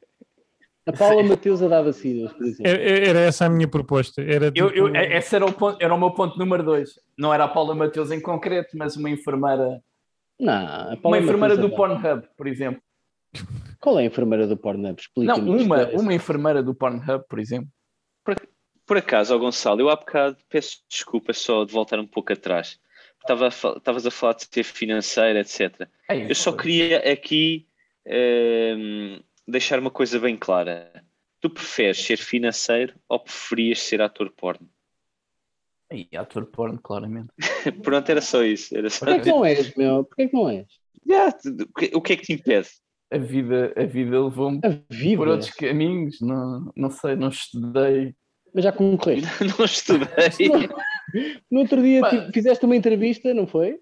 A Paula Mateusa dá vacinas, por exemplo.
Era- Era essa a minha proposta. Era
Eu, eu, é,
tipo-
esse era o, ponto, era o meu ponto número dois. Não era a Paula Mateus em concreto, mas uma enfermeira.
Não, a Paula
É Uma enfermeira
Mateusa
do
dá.
Pornhub, por exemplo.
Qual é a enfermeira do Pornhub?
Não,
Explica-me.
uma,
Explica-me.
uma enfermeira do Pornhub, por exemplo.
Por acaso, ó Gonçalo, eu há bocado peço desculpa só de voltar um pouco atrás. Estava a fal- Estavas a falar de ser financeira, etc.
É
Eu
isso.
só queria aqui ehm, deixar uma coisa bem clara. Tu preferes ser financeiro ou preferias ser ator porno?
Aí, ator porno, claramente.
Pronto, era só isso. Era só...
Porquê é que não és, meu? Porquê é que não és?
Yeah, tu- o que- o que é que te impede?
A vida, a vida levou-me
A
por
vida.
outros caminhos. Não, não sei, não estudei.
Mas já concorreste.
Não estudei.
No outro dia
Pá.
tipo, fizeste uma entrevista, não foi?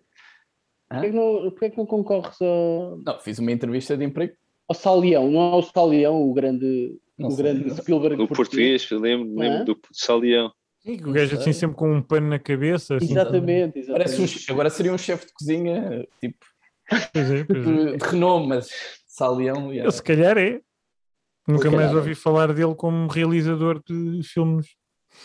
Hã?
Porquê é que não, porquê é que não concorres ao,
Não, fiz uma entrevista de emprego.
ao Salião? Não ao Salião, o grande,
Não
o
sei.
grande Spielberg
O português, eu lembro,
Não é?
lembro do Salião.
Sim, o gajo assim sempre com um pano na cabeça. Assim,
Exatamente,
Parece um
exatamente.
che- agora seria um chefe de cozinha, tipo,
Pois é, pois é.
de renome, mas Salião.
Ele se calhar é. Nunca
calhar
mais ouvi falar dele como realizador de filmes.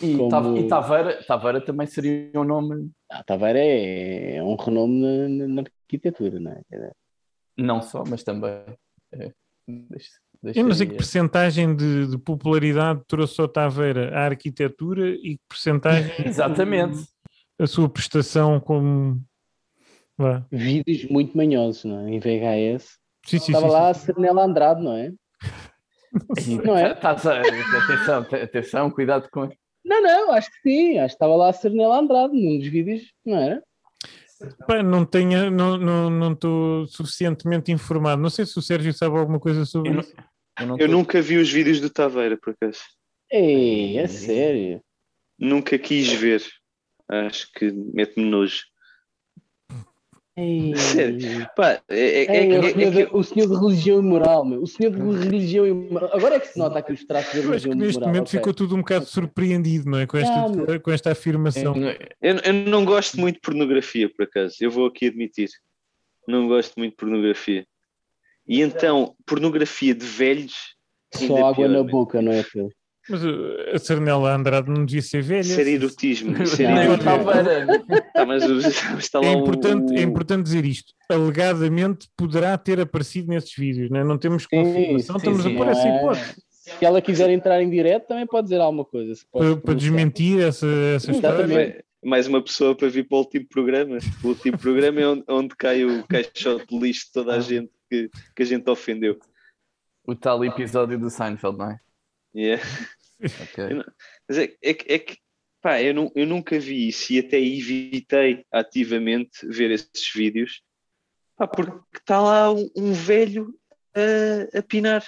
E,
Como-
Tav- e Taveira, Taveira também seria um nome,
Ah, Taveira é, é um renome na, na- na arquitetura, não é? Quer dizer,
não só, mas também. é, deixa-
Eu não sei É,
é.
que
deixaria-
percentagem de, de popularidade trouxe ao Taveira à arquitetura e que percentagem
Exatamente.
a sua prestação como. Vá.
Vídeos muito manhosos, não é? Em VHS.
Sim, sim,
Estava
sim,
lá a
sim.
Serenela Andrade, não é? Não é?
Estás a- atenção, te- atenção, cuidado com.
Não, não, acho que sim. Acho que estava lá a Serenela Andrade num dos vídeos, não era?
Pá, não tenho, não estou não, estou suficientemente informado. Não sei se o Sérgio sabe alguma coisa sobre
Eu não-
isso.
não
Eu
tô-
nunca vi os vídeos do Taveira, por acaso.
Ei, é sério.
Nunca quis ver. Acho que mete-me nojo.
Ei.
Sério? Pá, é, é- é-
Ei,
é-
o,
é
senhor
que-
de, o senhor de religião e moral, meu. O senhor de religião e moral. Agora é que se nota aqui os traços de
Eu acho
religião
que
e
neste
moral.
momento
ok.
ficou tudo um bocado surpreendido, não é? Com esta,
Não, É, meu.
com esta afirmação.
eu, eu não gosto muito de pornografia, por acaso. Eu vou aqui admitir. Não gosto muito de pornografia. E então, pornografia de velhos. ainda
Só água
pior,
na
né?
boca, não é, Pedro?
Mas uh, a Sarnela Andrade não devia ser velha. É
Isso era erotismo. Isso era
Nem o
erotismo.
Taveira.
Tá, mas o- está lá um-
É
o-
importante,
o-
é importante dizer isto. Alegadamente poderá ter aparecido nesses vídeos, não é? Não temos
sim,
confirmação, estamos
sim.
a pôr essa
Não é?
hipótese.
Se ela quiser entrar em direto, também pode dizer alguma coisa. se pode
Para, para desmentir essa, essa história.
Exatamente.
Mais uma pessoa para vir para o último programa. O último programa é onde, onde cai o caixote de lixo de
Ah.
toda a gente que, que a gente ofendeu.
O tal episódio do Seinfeld, não é?
Yeah.
Ok.
Mas é, é que- é que, pá, eu, nu- eu nunca vi isso e até evitei ativamente ver esses vídeos, pá, porque está lá um, um velho a, a pinar.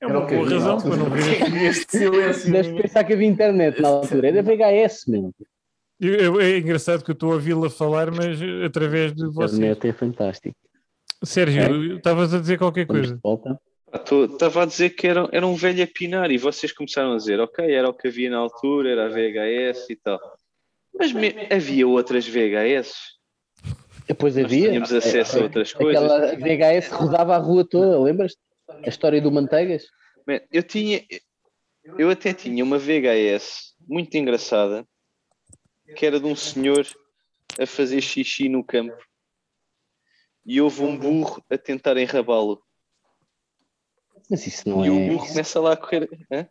É uma
Era o que
boa
havia na
razão para não
altura.
ver.
Este silêncio.
Deves pensar que havia internet na altura. É Era VHS, meu.
Eu- eu- é engraçado que eu estou a ouvi-la falar, mas uh, através de
A
vocês.
internet é fantástico.
Sérgio, estavas a dizer qualquer
Estamos
coisa.
de volta.
Estava a dizer que era, era um velho a pinar e vocês começaram a dizer, ok, era o que havia na altura, era a VHS e tal. Mas me- havia outras VHS,
Depois
nós
havia. Ah, é.
tínhamos acesso a outras coisas.
Aquela VHS rodava a rua toda, lembras-te? A história do Manteigas?
Man, eu tinha. Eu até tinha uma VHS muito engraçada que era de um senhor a fazer xixi no campo e houve um burro a tentar enrabá-lo.
Mas isso não
E o
é.
burro começa lá a correr. Hã?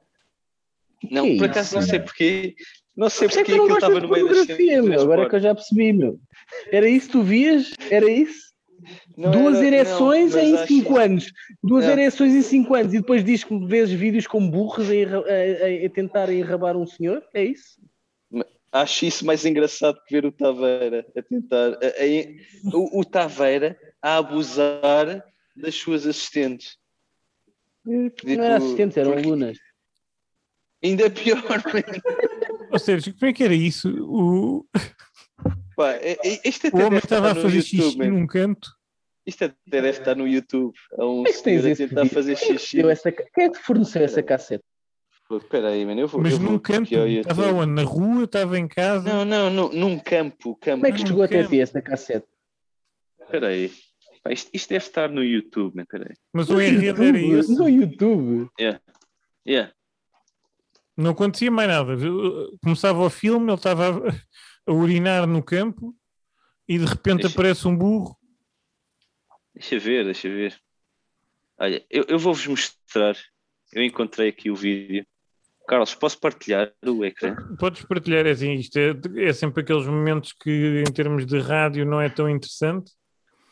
Não,
Que
por
isso,
acaso não
meu?
sei porquê. Não sei
Por isso é
porquê
que
que
eu não
ele
gosto
estava
de
no meio da
pornografia, meu. Agora é que eu já percebi, meu. Era isso que tu vias? Era isso?
Não
Duas
era-
ereções
não, mas
em
acho- É.
5 anos. Duas
Não.
ereções em 5 anos. E depois diz que vês vídeos com burros a, enra- a- a- a tentar enrabar um senhor? É isso?
Acho isso mais engraçado que ver o Taveira a tentar. a- a- o, o Taveira a abusar das suas assistentes.
Eh, Não era assistente, eram alunas.
Ainda é pior, man.
Ou seja, como é que era isso? O,
Pá, é- é- isto
o
até
homem
deve estar
estava a
no
fazer
YouTube,
xixi
man.
num canto.
Isto até deve estar no YouTube. Há um
Mas é tens
senhor a
esse
tentar
vídeo.
fazer
Quem é que
xixi.
deu essa ca- Quem é que te forneceu essa cassete?
Pô, Espera aí, mano. Eu vou,
Mas
eu vou
num canto,
aqui ao YouTube.
estava onde? Na rua, estava em casa.
Não, não, não, num campo. campo.
Como é que
Não
chegou até
quero.
ti essa cassete?
Espera aí. Pá, isto, isto deve estar no YouTube, man. Espera aí.
Mas o
No
enredo era
YouTube,
isso.
no YouTube.
Yeah.
Não acontecia mais nada. Começava o filme, ele estava a- a urinar no campo e de repente
Deixa-
aparece um burro.
Deixa ver, deixa ver. Olha, eu, eu vou-vos mostrar. Eu encontrei aqui o vídeo. Carlos, posso partilhar o ecrã?
Podes partilhar, é assim, isto é, é sempre aqueles momentos que em termos de rádio não é tão interessante.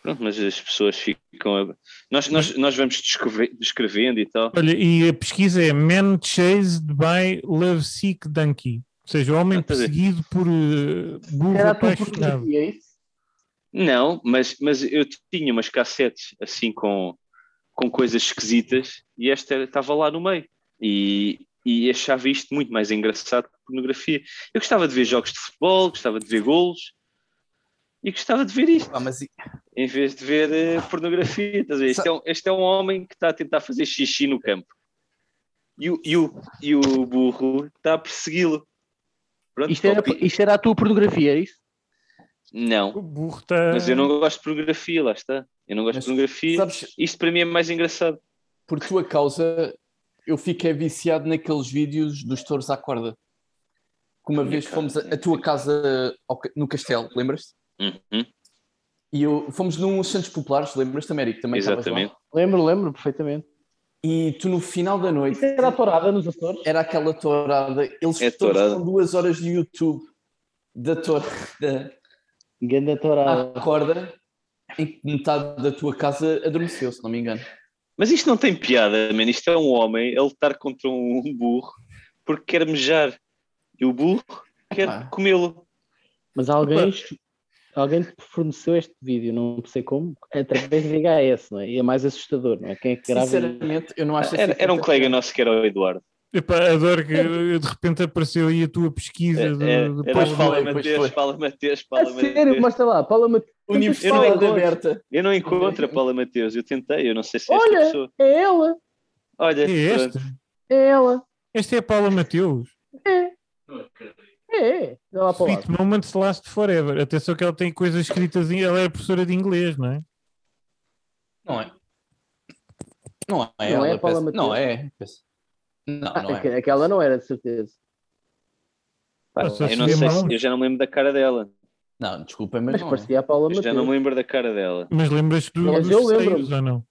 Pronto, mas as pessoas ficam. a- Nós, nós, nós vamos descrever- descrevendo e tal.
Olha, e a pesquisa é Man Chased by Love Sick Donkey. Ou seja, o homem
Ah, tá bem.
perseguido por eh, burro
Era a tua
apaixonado.
fotografia, é isso?
Não, mas, mas eu tinha umas cassetes assim com, com coisas esquisitas e esta era- estava lá no meio. E, e achava isto muito mais engraçado que pornografia. Eu gostava de ver jogos de futebol, gostava de ver golos e gostava de ver isto.
Ah, mas e-
em vez de ver eh, pornografia. Estás a ver? Este, é um, este é um homem que está a tentar fazer xixi no campo e o, e o, e o burro está a persegui-lo. Pronto,
Isto era,
copy.
isto era a tua pornografia, é isso?
Não,
O burro está.
mas eu não gosto de pornografia, lá está. Eu não gosto
Mas
de pornografia.
sabes,
Isto para mim é mais engraçado.
por tua causa, eu fiquei viciado naqueles vídeos dos touros à corda. Que uma
Minha
vez
cara,
fomos à à tua casa ao ca- no castelo, lembras-te?
Uhum,
E eu, fomos num Santos Populares, lembras-te, Américo? Também estavas lá?
Exatamente.
Lembro, lembro perfeitamente.
E tu no final da noite
Isto era a tourada nos Açores?
era aquela tourada. Eles
É
todos
tourada.
com duas horas de YouTube da tourada
Ganda tourada.
à corda em que metade da tua casa adormeceu, se não me engano.
Mas isto não tem piada, man. Isto é um homem a lutar contra um burro porque quer mejar e o burro quer
Ah.
comê-lo.
Mas alguém, alguém te forneceu este vídeo, não sei como, através de VHS, não é? E é mais assustador, não é? Quem é que grava?
Sinceramente, eu não acho
Era,
assim-
era um colega nosso que era o Eduardo.
Epá, adoro que eh, de repente apareceu aí a tua pesquisa. do-
eh,
É,
do
era
Paulo
Fala
foi,
Miguel.
pois
Mateus,
foi.
Fala Mateus,
A
Fala
Ah, sério,
Mateus.
mostra lá, Paula Mateus.
Eu
Universidade
não-
aberta.
Eu não encontro a Paula Mateus, eu tentei, eu não sei se é
Olha!
esta pessoa.
É ela,
Olha,
É
pronto.
esta?
é ela,
Esta é a Paula Mateus.
é, é. Dá lá para lá.
Sweet Moments Last Forever. Atenção que ela tem coisas escritas em. Ela era professora de inglês, não é?
Não é. Não é,
Não é
ela,
Paula
peço-
Mateus.
Não é. peço- Não, não
Ah,
é.
aqu- Aquela não era, de certeza.
Pá,
Nossa,
eu, não
é
se vê
sei se-
mal.
eu já não me lembro da cara dela.
Não, desculpem, mas,
Mas
não é.
parecia a Paula
Eu já não me
Mateus.
lembro da cara dela.
Mas lembras-te do,
Mas
dos
eu lembro-me.
seios ou não?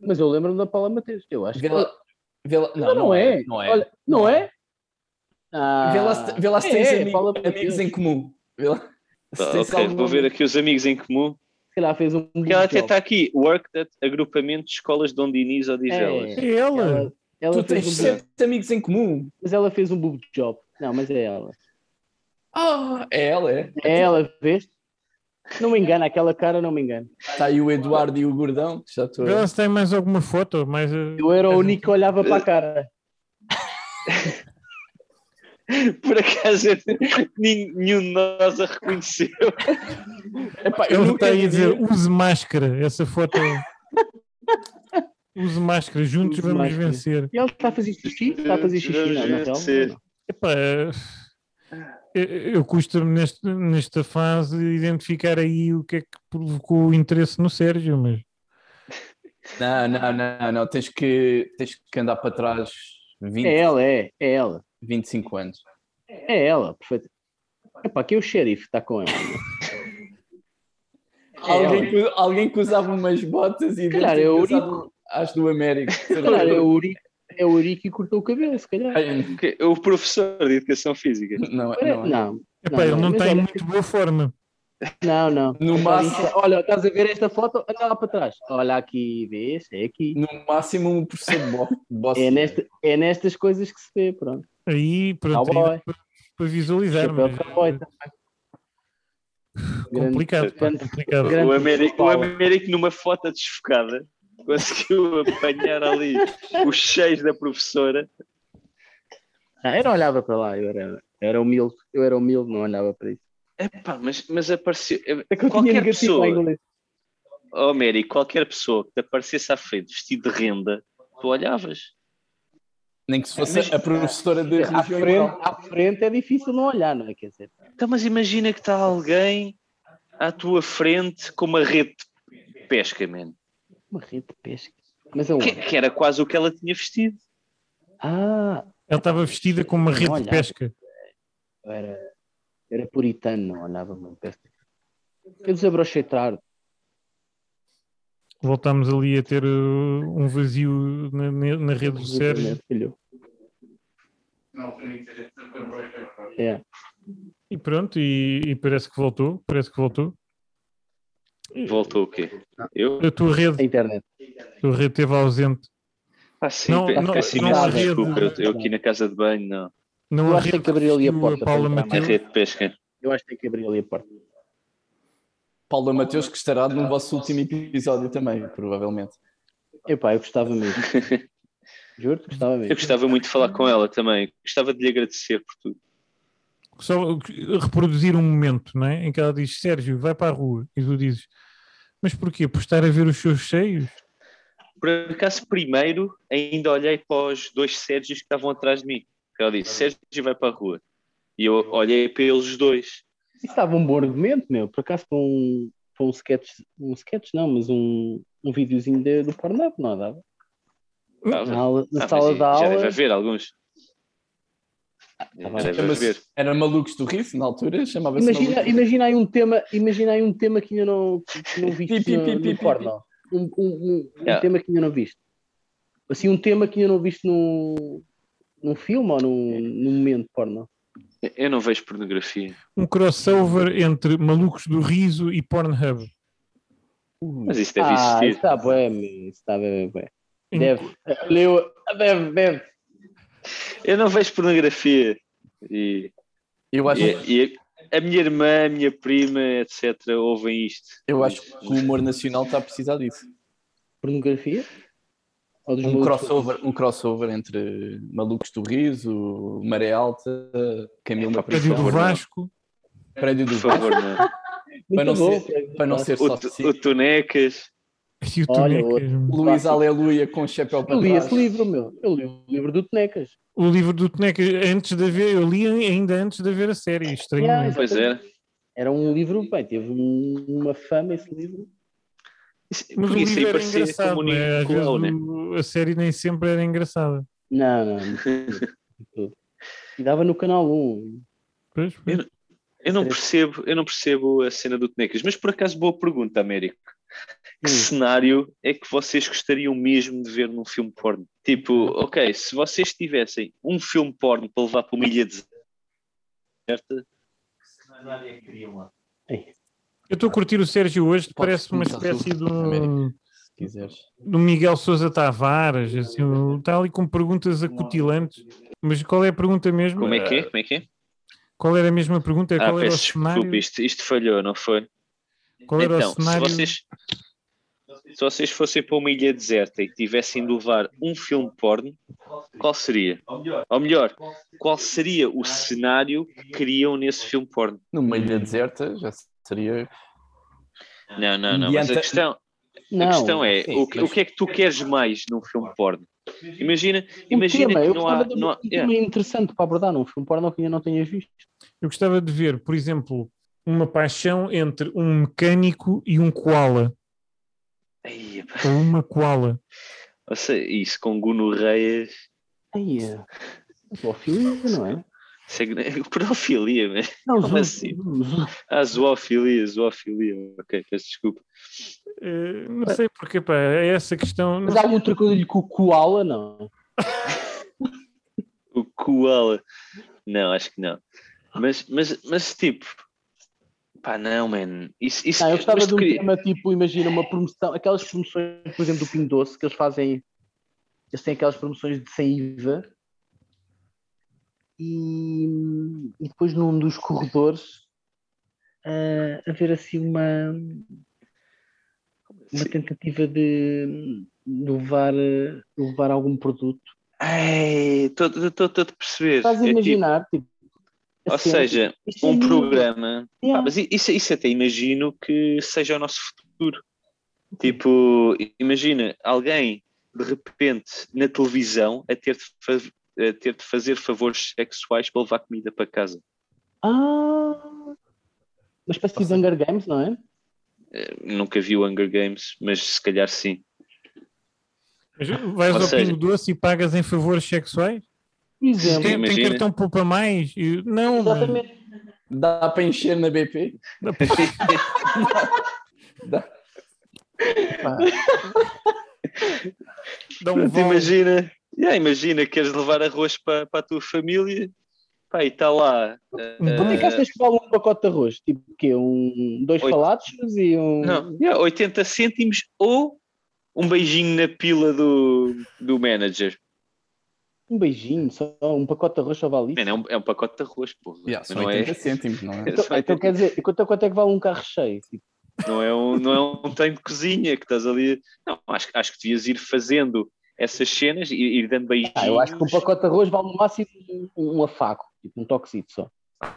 Mas eu lembro-me da Paula Mateus. Eu acho que
Vê lá- vê lá-
Não, não é.
Não é.
Olha, não é? Ah,
Vê lá se, vê lá se tens
é,
ami-
Paula
amigos
Mateus.
em comum. Vê lá se
Pá,
tens
ok,
algum
vou ver
amigo.
aqui os amigos em comum.
Se calhar fez um.
Porque ela até está aqui. Work that, agrupamento de escolas de Dom Dinis ou de Igelas.
É.
É ela.
Ela, ela
Tu
fez
tens
um boob,
sete amigos em comum.
mas ela fez um boob job. Não, mas é ela.
Ah, é ela, é.
É ela, vês? Não me engana, aquela cara não me engana.
Está Tá aí o Eduardo e o Gordão. Já estou
Vê
a...
lá se tem mais alguma foto. Mais, eh,
Eu era o único que olhava para a cara.
Por acaso, nin- nenhum de nós a reconheceu.
Epá, eu
Ele está
nunca
aí a
vi-
dizer: use máscara. Essa foto. use máscara. Juntos
Use
vamos
máscara.
vencer.
E ela está a fazer xixi? Está a fazer xixi, não, na real. não.
Epá, eh, eu, eu custa-me neste- nesta fase identificar aí o que é que provocou o interesse no Sérgio, mas
Não, não, não, não. Tens que, tens que andar para trás 20,
É ela, é, é ela.
25 anos.
É ela, perfeito. Epá, aqui é o xerife, está com ela.
Alguém, que, alguém que usava umas botas e
Calhar é o
usava- acho do Américo.
Calhar é o Uri, é o Uri que cortou o cabelo, se calhar.
Ai,
Ok, O professor de educação física.
Não, é-
Não,
não. é.
não,
epá, ele
não,
não
mas
está em
olha-
muito boa forma.
Não, não.
No máximo-
Olha, estás a ver esta foto? Olha lá para trás. Olha aqui, vês? É aqui.
No máximo um professor de bo- boss.
É, nesta- é nestas coisas que se vê, pronto.
Aí, pronto,
Cowboy.
aí dá para, para visualizar,
Chapéu
mas
de cowboy também.
complicado, pá,
grande-
complicado.
grande-
O Américo, o
Paulo.
Américo numa foto desfocada conseguiu apanhar ali os cheios da professora.
Ah, eu não olhava para lá, eu era, eu era humilde, eu era humilde, não olhava para isso.
Epá, mas, mas apareceu. eh,
É que eu tinha
Qualquer
negativo
pessoa.
lá em um- inglês.
Oh, Américo, qualquer pessoa que te aparecesse à frente vestido de renda, tu olhavas.
Nem que se fosse
Mas-
a professora de
É, À
religião. e
frente,
moral.
à frente é difícil não olhar, não é? Quer dizer,
Então, mas imagina que está alguém à tua frente com uma rede de pesca, man.
uma rede de pesca. Mas aonde?
Que, que era quase o que ela tinha vestido.
Ah,
Ela estava vestida com uma rede de
olhava.
pesca.
eu era, eu era puritano, não olhava muito para isso. Eu desabrochei tarde.
Voltámos ali a ter uh, um vazio na, na- na rede do Sérgio.
Filho. É.
E pronto, e, e parece que voltou, parece que voltou.
Voltou o quê? Eu?
A tua
A
rede,
internet.
a tua rede esteve ausente.
Ah, sim,
Não,
pe-
não-
peço
não
imensa
há rede.
desculpa. Eu, eu aqui na casa de banho, não.
Não
Eu
a
acho que
rede
tem que abrir ali a
vestiu
porta para
Paula
entrar mais.
A
Mateus.
rede de pesca.
Eu acho que tem que abrir ali a porta.
Paula Mateus, que estará no vosso último episódio também, provavelmente.
Epá, eu gostava mesmo. Juro que gostava
Eu
mesmo.
gostava muito de falar com ela também. Gostava de lhe agradecer por tudo.
só reproduzir um momento não é? em que ela diz Sérgio, vai para a rua e tu dizes mas porquê? Por estar a ver os seus cheios?
Por acaso, primeiro, ainda olhei para os dois Sérgios que estavam atrás de mim. Ela disse,
Tá
Sérgio vai para a rua. E eu olhei para eles dois.
Isso estava um bom argumento, meu. Por acaso para um, para um sketch, um sketch não, mas um, um videozinho de- do Pornhub, não dava?
Ah,
Na, aula, na
ah,
sala
mas
da
já
aula.
deve haver alguns. Já
bem.
deve
Chama-se-
haver.
Era Malucos do Riff, na altura, chamava-se
Imagina,
Malucos do
imagina aí um tema, imagina aí um tema que ainda não, que não
Pi,
viste
pi,
no,
pi,
no
pi, pi,
porno. Um, um- um- um
Yeah.
tema que ainda não viste. Assim, um tema que ainda não viste num, num filme ou num, num momento porno.
Eu não vejo pornografia.
Um crossover entre Malucos do Riso e Pornhub.
Mas isso deve
ah,
existir. Um
está bué, meu. Isso está bem, bem.
Em-
Deve. Leu, deve, deve.
Eu não vejo pornografia. E,
Eu acho,
e- e a minha irmã, a minha prima, etc., ouvem isto.
eu acho que o humor nacional está a precisar disso.
Pornografia? Ou dos
Um
malucos?
crossover, um crossover entre Malucos do Riso, Maré Alta, Camilo
Epá,
Prédio do
favor, não.
Vasco.
Prédio do
Por favor, não. é?
Muito é
Para não
bom.
ser- Para não ser
O,
só
tu- o Tonecas.
E o
Olha,
Tonecas.
Luís Aleluia com chapéu para
Eu li
trás.
esse livro, meu. Eu li o livro do Tonecas.
O livro do Tonecas, antes de haver, eu li ainda antes de haver a série. Estranho.
Yeah,
não é?
Pois é.
Era um livro, bem, teve um- uma fama esse livro.
Isso-
Mas o
Porque isso
livro
aí
era
parecia
engraçado.
como um
não é? Às vezes
Nicolau, né?
o- a série nem sempre era engraçada.
Não, não, não tudo. E dava no canal 1.
Pois, pois.
Eu não percebo, eu não percebo a cena do Tonecas, mas por acaso boa pergunta, Américo. Que
Hum.
cenário é que vocês gostariam mesmo de ver num filme porno? Tipo, ok, se vocês tivessem um filme porno para levar para uma ilha deserta,
Eu estou a curtir o Sérgio hoje,
Podes
parece uma
começar
espécie de
tu,
um,
Américo. Se quiseres.
do Miguel Sousa Tavares, assim, o- está ali com perguntas acutilantes. Mas qual é a pergunta mesmo?
como é que é? Como é que é?
Qual era a mesma pergunta?
Ah,
Qual era o
peço desculpa,
cenário?
isto, isto falhou, não foi?
Qual era
então,
o cenário?
se vocês se vocês fossem para uma ilha deserta e tivessem de levar um filme porno, qual seria? Ou melhor, qual seria o cenário que queriam nesse filme porno?
Numa ilha deserta já seria.
Não, não, não. Mas
Mediante-
a questão, a
Não,
questão é,
sim,
o que,
mas-
o que é que tu queres mais num filme porno? Imagina,
Um
imagina
tema,
que
eu
não há...
gostava de
Não há é.
um
yeah.
tema interessante para abordar num filme porno que ainda não tenhas visto.
Eu gostava de ver, por exemplo, uma paixão entre um mecânico e um koala,
Ai, epá,
ou uma koala.
ou seja, isso com gonorreias...
Aí é. Zoofilia, não é?
segre- Pedofilia, man.
Não,
Como assim? Ah, zoofilia, zoofilia. Ok, peço desculpa.
Eh, não sei porque, pá, é essa questão. Não
Mas há algum trocadilho com o koala, não?
O koala. Não, acho que não. Mas, mas, mas tipo, pá, Pá, não, man. Isso, isso,
Não, eu gostava
mas
de
tu
um
queria-
tema tipo, imagina, uma promoção, aquelas promoções, por exemplo, do Pingo Doce, que eles fazem, eles têm aquelas promoções de sem IVA e, e depois num dos corredores ah, haver assim uma, uma tentativa de, de levar, eh, de levar algum produto.
Ai, estou a perceber.
Estás a
É tipo-
imaginar, tipo,
Ou
assim,
seja,
isto é
um
lindo.
programa.
Yeah.
Pá, mas i- isso, isso até imagino que seja o nosso futuro. Tipo, i- imagina alguém de repente na televisão a ter de, fa- a ter de fazer favores sexuais para levar comida para casa.
Ah, uma espécie de Hunger Games, não é?
Eh, Nunca vi o Hunger Games, mas se calhar sim.
Mas Vais
Ou
ao
seja-
Pingo Doce e pagas em favores sexuais?
Por
Tem,
exemplo,
tem
Imagina.
cartão poupa mais? E- Não, mano.
exatamente.
Dá para encher na BP?
pá.
dá um
Pronto,
vale.
imagina, yeah, imagina, queres levar arroz para, para a tua família, pá, e está lá. eh,
Um
Quanto é que achas que vale um pacote de arroz? Tipo o quê? Um, dois
Oito.
falachos e um.
Não, yeah, 80 cêntimos ou um beijinho na pila do, do manager.
Um beijinho, só um pacote de arroz só vale isso.
Man, é, um, é um pacote de arroz, porra.
Yeah, são
não, é,
80 cêntimos, não é?
Então,
só
então
80.
quer dizer, quanto, quanto é que vale um carro cheio? Tipo,
não, é um, não é um trem de cozinha que estás ali. Não, acho, acho que devias ir fazendo essas cenas e ir dando beijinhos.
ah, eu acho que um pacote de arroz vale no máximo um, um afago, tipo um toquezito só.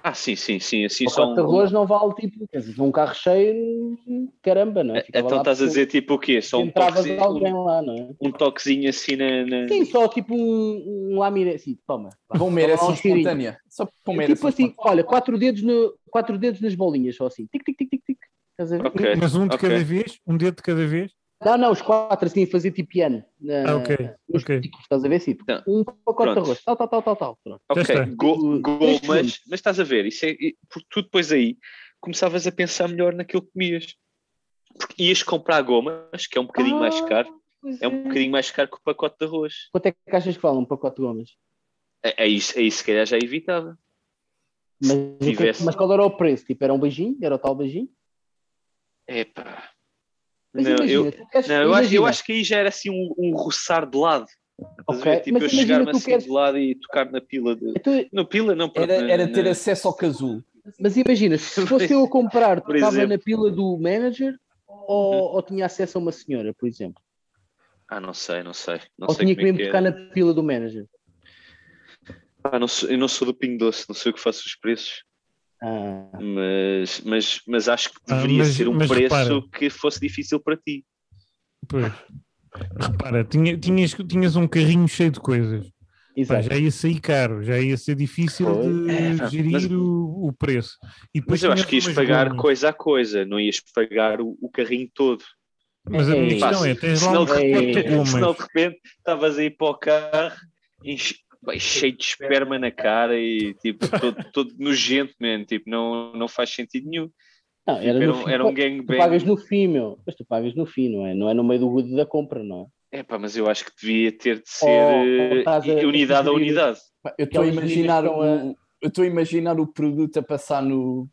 Ah, sim, sim, sim. Assim
Um
só
pacote de
um-
arroz não vale tipo, quer dizer, um carro cheio, caramba, não é? Ficava
Então
lá
estás a
porque
dizer tipo o quê? Só um
Entravas
toquezinho,
alguém lá, não é?
um toquezinho assim na. na-
Sim, só tipo um, um lamine, assim, toma. vá.
Vão comer
Só
essa
um cheirinho.
espontânea. Só para comer
Tipo
essa
assim,
espontânea.
olha, quatro dedos, no, quatro dedos nas bolinhas, só assim, tic, tic, tic, tic, tic. Estás a ver?
Ok.
Mas um de
ok.
cada vez? Um dedo de cada vez?
Não, não, os quatro assim, fazer tipo piano. na-
Ah, ok,
Eh.
nos
ok.
picos, Estás a ver? Sim,
Então,
um pacote
pronto.
de arroz, tal, tal, tal, tal, tal. Pronto.
Ok,
está.
go-
Tipo,
gol,
dois
mas,
segundos.
mas estás a ver, isso é, e- porque tu depois aí começavas a pensar melhor naquilo que comias. Porque ias comprar gomas, que é um bocadinho mais
Ah,
caro,
pois
é um bocadinho mais caro que o pacote de arroz.
Quanto é que achas que vale um pacote de gomas?
É, é isso, é isso, se calhar já evitava.
Mas, o que é que-
tivesse-
mas qual era o preço? Tipo, era um beijinho? Era o tal beijinho?
Epá.
Mas
Não,
imagina,
eu,
tu queres-
não, eu, acho, eu
imagina.
acho que aí já era assim um, um roçar de lado. Estás a ver?
Ok,
Tipo,
mas
eu
imagina
chegar-me
tu
assim
queres-
de lado e tocar na pila. De...
Então,
Na pila, não, pronto,
Era,
na-
era ter
na-
acesso ao casulo.
mas imagina, se fosse eu a comprar,
Por
tocava
exemplo. Uhum.
na pila do manager ou, ou tinha acesso a uma senhora, por exemplo?
Ah, não sei, não sei. Não
ou
sei
tinha que
como é
mesmo
que
tocar
é.
na pila do manager?
Ah, não sou, eu não sou do Pingo Doce, não sei o que faço os preços.
Ah,
Mas, mas, mas acho que
Ah,
deveria
mas-
ser um
mas
preço
repara.
que fosse difícil para ti.
Pois. Repara, tinha- tinhas, tinhas um carrinho cheio de coisas. Pá,
exato.
já ia sair caro, já ia ser difícil de
É, pá,
gerir
mas-
o, o preço. E depois
Mas eu acho
tinhas
que ias
umas
pagar
gomas.
coisa a coisa, não ias pagar o, o carrinho todo.
Mas a minha
Ei,
questão é:
pá,
tens lá
senão
um
de
pacote de
repente-
Se não,
gomas.
de repente, estavas aí para o carro enche- bem, cheio de esperma na cara e tipo, todo, todo nojento, man. Tipo, não, não faz sentido nenhum.
Não, era,
Era
no
um,
fim,
era
tu
um
pagas
gangbang.
no fim, meu. Mas tu pagas no fim, não é? Não é no meio do gude da compra, não é?
É pá, mas eu acho que devia ter
Oh,
de ser
Ou- ou
eh,
estás a-
unidade a
a sugerir-
unidade.
Pá, Eu estou a
Aquelas
imaginar
meninas
o,
que estão
eu estou a imaginar o produto a passar no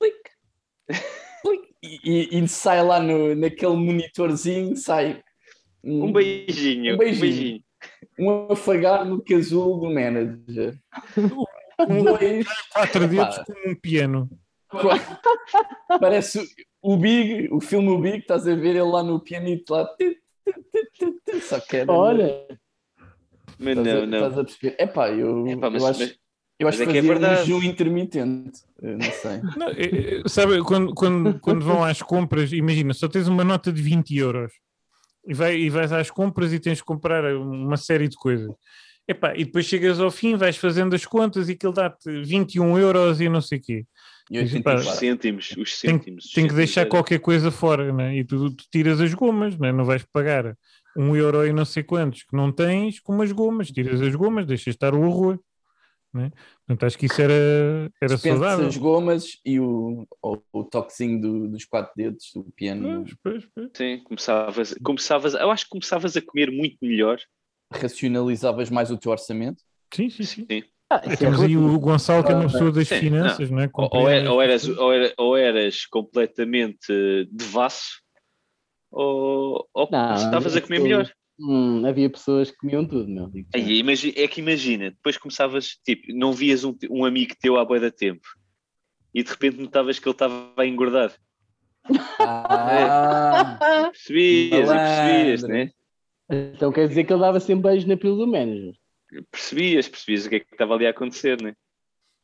clic, clic, e, e sai lá no, naquele monitorzinho, sai um,
Um beijinho,
Um beijinho.
um beijinho.
um afagar no casulo do manager.
Um,
Dois,
quatro dedos
Repara.
como um piano.
quatro. parece o, o Big, o filme O Big, estás a ver ele lá no pianito lá. tu, tu, tu, tu, tu, Só que era.
Olha,
Mas
estás
não,
a,
não.
Estás a perceber? Epá, eu,
Epá, mas-
eu acho,
mas-
eu acho
mas
que
é que é
fazia um
verdade.
jejum intermitente. Eu não sei.
Não, é- é- sabe, quando, quando, quando vão às compras, imagina, só tens uma nota de 20 euros e, vai, e vais às compras e tens de comprar uma série de coisas. Epá, e depois chegas ao fim, vais fazendo as contas e aquilo dá-te 21 euros e não sei o quê.
E
Mas,
84.
Os
Claro.
cêntimos, os
Tem-
cêntimos. os
Tem que
cêntimos
deixar
era-
qualquer coisa fora, né? E tu, tu tiras as gomas, né? não vais pagar um euro e não sei quantos que não tens com umas gomas. Tiras as gomas, deixas estar o arroz. Né? Portanto, acho que isso era, era
Pensa
saudável.
as gomas e o, o, o toquezinho do- dos quatro dedos do piano
Pois, pois, pois.
Sim, começavas, começavas, eu acho que começavas a comer muito melhor.
racionalizavas mais o teu orçamento.
Sim, sim, sim.
Ah,
isso é
Temos aí
relativo.
o Gonçalo, que é uma pessoa das
Sim,
finanças, não, é?
Ou, ou é- ou eras, ou, era- ou eras completamente eh, devasso ou, ou
Não,
estavas a
havia pessoas-
comer melhor.
Hum, havia pessoas que comiam tudo, meu. digo.
Aí, imagi- é que imagina, depois começavas, tipo, não vias um, um amigo teu há bué da tempo e de repente notavas que ele estava a engordar. É.
Ah,
Percebias, e percebias,
Malandro.
né?
Então quer dizer que ele dava sempre beijo na pílula do manager.
Percebias, percebias o que é que estava ali a acontecer, né?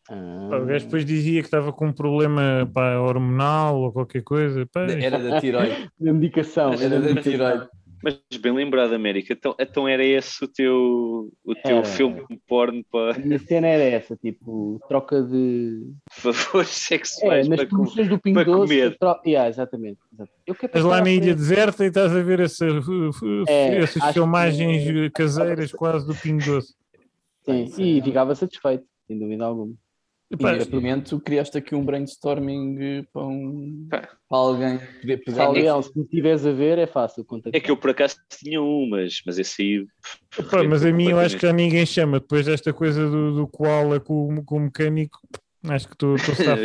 Ah,
O gajo depois dizia que estava com um problema pá, hormonal ou qualquer coisa. Pá,
era da tiroide.
da indicação.
Era da tiroide.
Mas bem lembrado, América, então, então era esse o teu, o teu
Era.
filme porno
A
para
minha cena era essa, tipo, troca de.
favores
É,
sexuais
nas
para comer.
promoções do Pingo
para
Doce.
comer.
Tro... Yeah, exatamente. exato. Eu quero
Estás lá
passar à
na ilha
frente.
deserta e estás a ver essa, uh, uh,
É,
essas
acho que-
filmagens uh, caseiras quase do Pingo Doce.
Sim, e ficava satisfeito, sem dúvida alguma.
Epá,
E neste momento criaste aqui um brainstorming eh, para, um,
Pá.
para alguém poder pegar.
Sal
nisso.
Leão, se me tiveres a ver, é fácil contactar.
É que eu por acaso tinha um, mas, mas esse aí.
epá, mas a mim eu acho que já ninguém chama. Depois desta coisa do, do koala com, o- com o mecânico, acho que estou estou safo.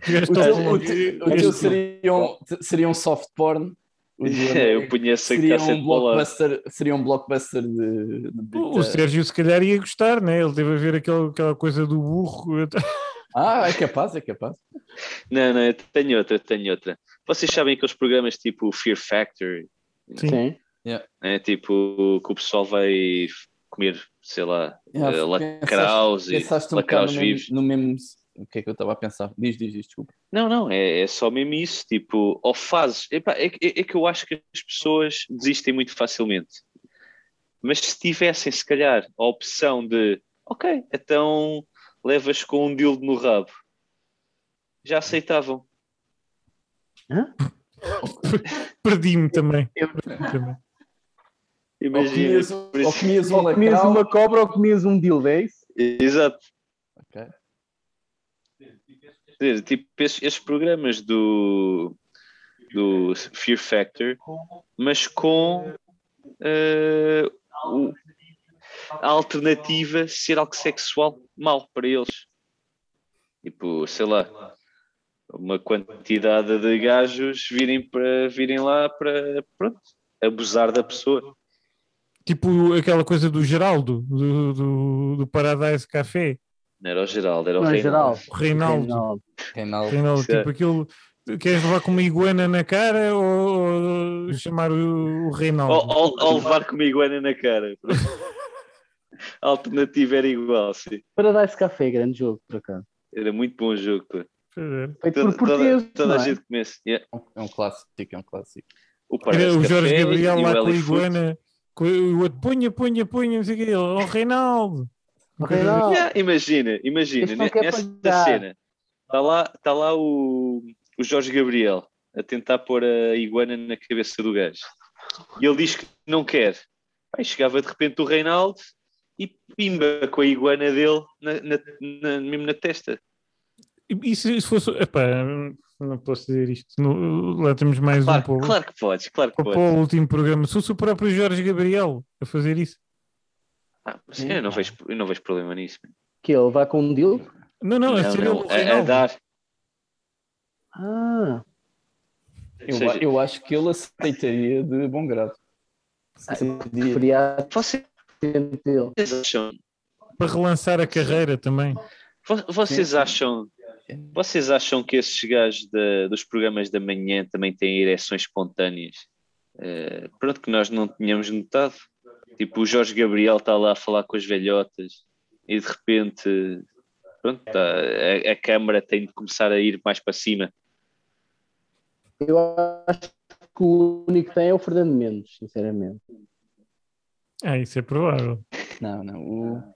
Os gajos
O
estão
um
teu,
longe.
o te- o teu
Este-
seria, um, te- seria um soft porn. O do
É, eu
Um América
punha essa
seria,
cassete
um
para lá.
blockbuster, seria um blockbuster de, de
O o
Brita.
Sérgio se calhar ia gostar, né? ele teve a ver aquele, aquela coisa do burro.
Ah, é capaz, é capaz.
Não, não, eu tenho outra, eu tenho outra. Vocês sabem aqueles programas tipo Fear Factory,
Sim.
Sim.
né? tipo que o pessoal vai comer, sei lá,
Yeah,
eh,
pensaste-
lacraus e
Pensaste um bocado
lacraus
no
vivos.
mesmo, no mesmo. O que é que eu estava a pensar? Diz, diz, diz, desculpa.
Não, não, é, é só mesmo isso. Tipo, ou fazes. Epá, é, que- é, é que eu acho que as pessoas desistem muito facilmente. Mas se tivessem, se calhar, a opção de ok, então levas com um dildo no rabo, já aceitavam.
Perdi-me também. Perdi-me também.
Ou
Imagina.
comias,
por isso-
ou comias um
Ou comias
lacrau.
uma cobra ou comias um dildo, é isso?
Exato.
Ok.
Quer dizer, tipo, esses, esses programas do, do Fear Factor, mas com eh, o- a alternativa ser algo sexual mal para eles. Tipo, sei lá, uma quantidade de gajos virem, para, virem lá para pronto, abusar da pessoa.
Tipo aquela coisa do Geraldo, do, do, do Paradise Café,
Não era o Geraldo, era o
Não, em
Reinaldo.
geral.
o Reinaldo.
Reinaldo.
Reinaldo,
Certo.
tipo aquilo. Queres levar com uma iguana na cara ou ou chamar o, o Reinaldo?
Ou, ou- ou levar comigo Ana na cara. A alternativa era igual, sim.
Paradise Café, grande jogo, por acaso.
Era muito bom jogo. pá.
Feito
Toda,
É por portugueses,
toda, toda a
não é?
gente começa. Yeah.
É um clássico, é um clássico.
O,
Era
Paradise
o Jorge
Café
Gabriel
e o
lá com a
Elephant.
iguana, com o outro punha, punha, punha, não sei o que, ele, oh Reinaldo. Uma coisa
Reinaldo.
Yeah, imagina, imagina,
Este não
ne-
quer
nessa
pagar.
cena. Está lá, tá lá o, o Jorge Gabriel a tentar pôr a iguana na cabeça do gajo. E ele diz que não quer. Aí chegava de repente o Reinaldo e pimba com a iguana dele na, na- na- mesmo na testa.
desse- E se, se fosse. Epá, não posso dizer isto. No- lá temos mais um
Claro,
povo.
claro que podes, claro que
Ou para
podes.
o último programa. Se fosse o próprio Jorge Gabriel a fazer isso.
Ah, mas eu, não vejo, eu não vejo problema nisso.
Que ele vai com um dildo?
Não, não, um a
Não,
ser
não,
ele o
a- a
Reinaldo.
dar.
Ah,
Eu,
Seja-
a- eu acho que ele aceitaria de bom grado. Aceitaria.
preferia a
Vocês
gente dele.
acham
Para relançar a carreira também.
Vo- Vocês acham, vocês acham que esses gajos da- dos programas da manhã também têm ereções espontâneas? Eh, pronto, que nós não tínhamos notado. Tipo, o Jorge Gabriel está lá a falar com as velhotas e de repente, pronto, tá, a, a câmara tem de começar a ir mais para cima.
Eu acho que o único que tem é o Fernando Mendes, sinceramente.
Ah, isso é provável.
Não, não. O...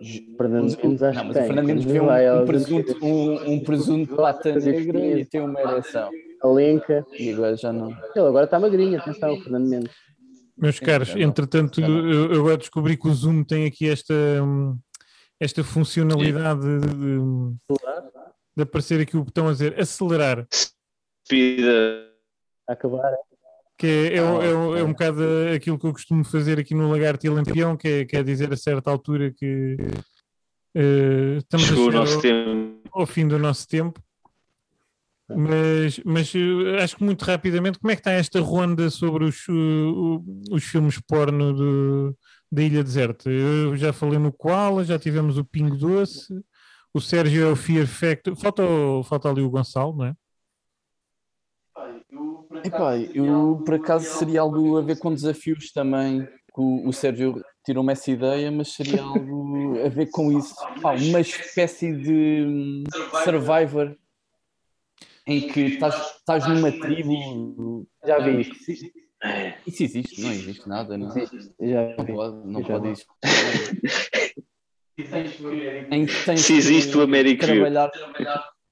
O Fernando Mendes acho
não,
que
mas
tem.
o Fernando Mendes vê um,
Vai
um
ao-
presunto, um, um presunto de lata
Fazer
negra e
pesquisa.
tem uma ereção.
Alenca.
E agora já não.
Ele agora está magrinho, atenção, o Fernando Mendes.
é
Meus caros,
não,
entretanto,
já não.
eu, eu agora descobri que o Zoom tem aqui esta, hum, esta funcionalidade de, de- de aparecer aqui o botão a dizer acelerar.
Tá
Speed up.
A acabar.
que é, é o- é o- é um bocado aquilo que eu costumo fazer aqui no Lagarto e Lampião, que é, que é dizer a certa altura que eh, estamos a
Chegou o
chegar
nosso
ao-
tempo.
ao fim do nosso tempo.
É.
Mas, mas eh, acho que muito rapidamente, como é que está esta ronda sobre os, eh, o- os filmes porno do- da Ilha Deserta? Eu já falei no Koala, já tivemos o Pingo Doce, o Sérgio é o Fear Factor, falta, o- falta ali o Gonçalo, não é?
Epá, eu por acaso seria algo a ver com desafios também, que o, o Sérgio tirou-me essa ideia, mas seria algo a ver com isso. Pá, uma espécie de hum, Survivor em que estás, estás numa tribo.
Já vi isto.
Isso existe, não existe nada, não.
Existe, já
Não
vi.
pode, não
Eu já
pode
vi.
existir. Em que tens
Se existe
que
o Américo.
trabalhar.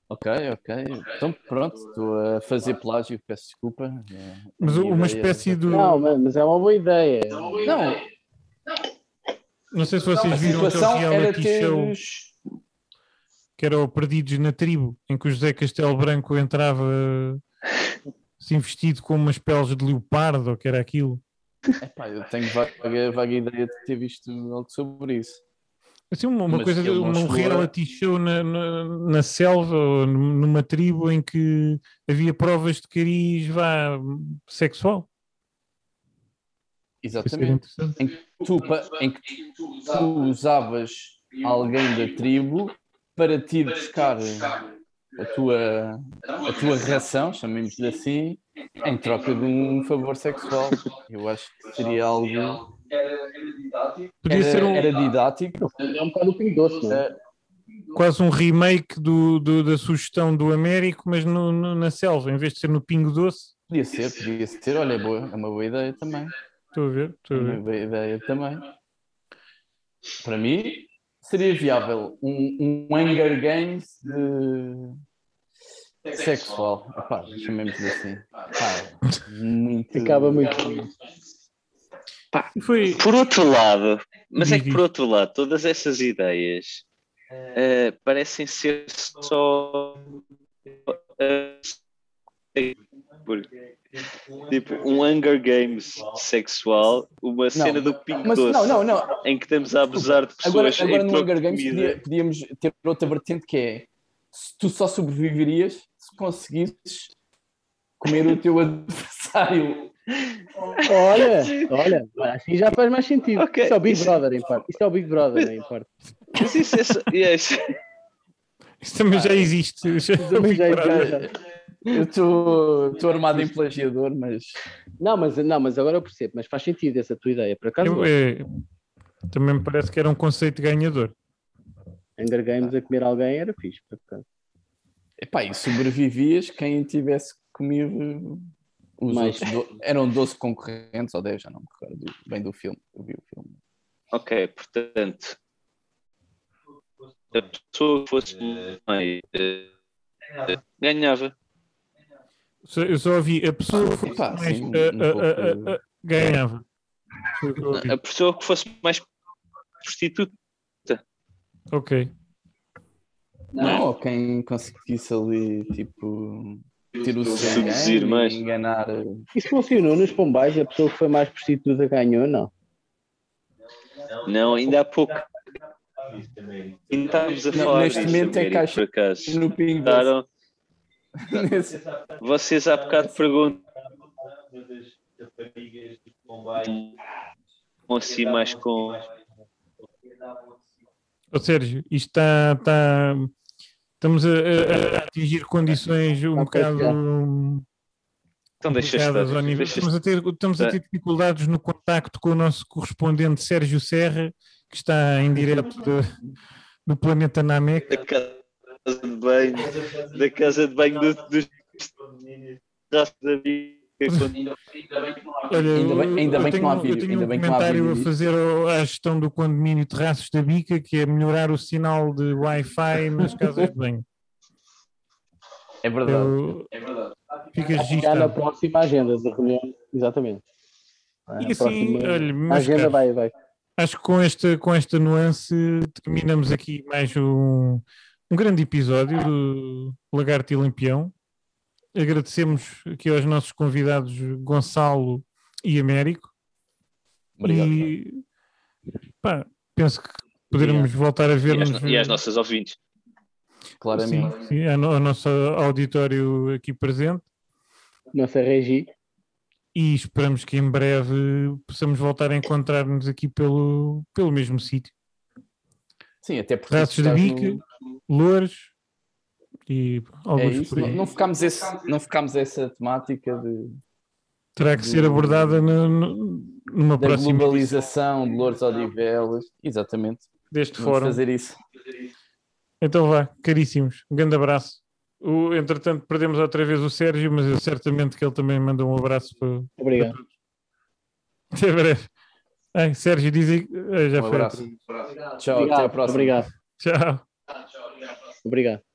Ok, ok. Então pronto, estou a fazer plágio, peço desculpa. É,
Mas
a minha
uma
ideia-
espécie de.
Não, mas mas é uma boa ideia.
Não,
Não sei se vocês
a
viram
situação
aquele
era
reality show
teres.
que era o Perdidos na Tribo, em que o José Castelo Branco entrava eh, assim vestido com umas peles de leopardo, ou que era aquilo.
Epá, eu tenho vaga, vaga ideia de ter visto algo sobre isso.
Assim, uma, uma
Mas
coisa,
que ele não
um
chegou a-
reality show na, na, na selva ou num- numa tribo em que havia provas de cariz vá, sexual. Isso é era
Exatamente.
interessante.
Em que, tu, pa- em que tu usavas alguém da tribo para te ir buscar eh, a tua, a tua ração, chamemos-lhe assim, em troca de um favor sexual. Eu acho que seria algo.
Podia ser
Era,
um,
era didático.
É um bocado o Pingo Doce, não é?
eh,
quase um remake do, do- da sugestão do Américo, mas no- no- na selva, em vez de ser no Pingo Doce.
Podia ser, podia ser. Olha, é, boa, é uma boa ideia também.
Estou a ver, estou a ver.
Uma boa ideia também. Para mim, seria viável um, um Hunger Games de sexual. Epá, chamemos-lhe assim. Pá, muito...
Ficava muito.
E Foi,
Por outro lado, mas é que
Diz,
por outro lado, todas essas ideias
É.
eh, parecem ser só. eh, porque, tipo, um Hunger Games sexual, uma cena do Pingo
Mas
Doce,
não, não, não.
em que estamos a abusar de
Agora,
pessoas
agora
em
no
troca
Hunger
de
Games
comida.
podia- podíamos ter outra vertente que é se tu só sobreviverias se conseguisses comer o teu adversário.
Olha, olha, acho que já faz mais sentido.
Ok,
Isso é o Big
isso-
Brother, em parte. Isso é o Big Brother, em parte.
Mas isso é só- yes.
isso
Ah,
também
é.
já existe. Já
Também já- já- já-
Eu estou estou armado em plagiador, mas
Não, mas, não, mas agora eu percebo, mas faz sentido essa tua ideia, por acaso.
Eu, eh, também me parece que era um conceito ganhador.
Hunger Games a comer alguém era fixe, por acaso.
Epá, e sobrevivias quem tivesse comido os
Mais.
outros do- Eram 12 concorrentes ou 10, já não me recordo do- bem do filme. Eu vi o filme.
Ok, portanto, se a pessoa que fosse mãe eh, eh, ganhava.
Só- Eu só ouvi a pessoa que fosse
Epá,
mais,
sim, um
eh,
pouco- é-
eh, eh, eh, ganhava. Foi o que eu ouvi.
A pessoa que fosse mais prostituta.
Ok.
Não, ou quem conseguisse ali, tipo, ter o sangue
Seduzir mais.
e enganar.
Isso funcionou nos Pombais, a pessoa que foi mais prostituta ganhou, não.
Não, ainda há pouco. Ainda estávamos a
Não,
falar
neste
disso,
momento é
Américo,
caixa-
por acaso.
No pingo.
Perguntaram-
Nesse-
Vocês há bocado perguntam assim mais com
Ô, Sérgio, isto está. está- Estamos a, a- a atingir condições um
Está a
bocado
pegar.
hum,
então deixa estar,
complicadas ao nível.
deixa
Estamos a, ter, estamos a ter dificuldades no contacto com o nosso correspondente Sérgio Serra, que está em direto do- do planeta Namek.
da casa de banho, da casa de banho do, do traço da amiga.
Olha,
Ainda bem-
eu-
ainda
eu
bem que não há
tenho-
vídeo,
Eu tenho
ainda
um
bem que não há
comentário a
vídeo.
fazer ao- à gestão do condomínio Terraços da Bica, que é melhorar o sinal de Wi-Fi nas casas de banho.
É verdade.
Eu... Fica
Já na
registado.
próxima agenda da reunião, exatamente.
E assim, olha,
a
meus
agenda
caros,
vai, vai.
acho que com esta, com esta nuance terminamos aqui mais um, um grande episódio do Lagarto e Lampião. Agradecemos aqui aos nossos convidados Gonçalo e Américo.
Obrigado,
E pá, penso que poderemos voltar a
E às,
ver-nos.
no- e às nossas ouvintes.
Sim, sim, ao no- ao nosso auditório aqui presente.
Nossa regi.
E esperamos que em breve possamos voltar a encontrar-nos aqui pelo, pelo mesmo sítio.
Sim, até porque.
Traços de
estás no-
bica, Loures e
É
alguns
isso,
por
não,
aí.
não ficámos esse, não ficámos essa temática de,
Terá que ser
de-
abordada no- no- numa
da
próxima.
globalização de Lourdes Odivelas. Exatamente.
Deste
Vamos
fórum.
fazer isso.
Então vá, caríssimos, um grande abraço. O, entretanto, perdemos outra vez o Sérgio, mas eu, certamente que ele também manda um abraço para,
Obrigado.
para todos. Até breve. Ai, Sérgio, diz aí. Ah, já
Um
foi.
abraço.
outra.
Tchau, até à próxima.
Obrigado.
Tchau.
Obrigado.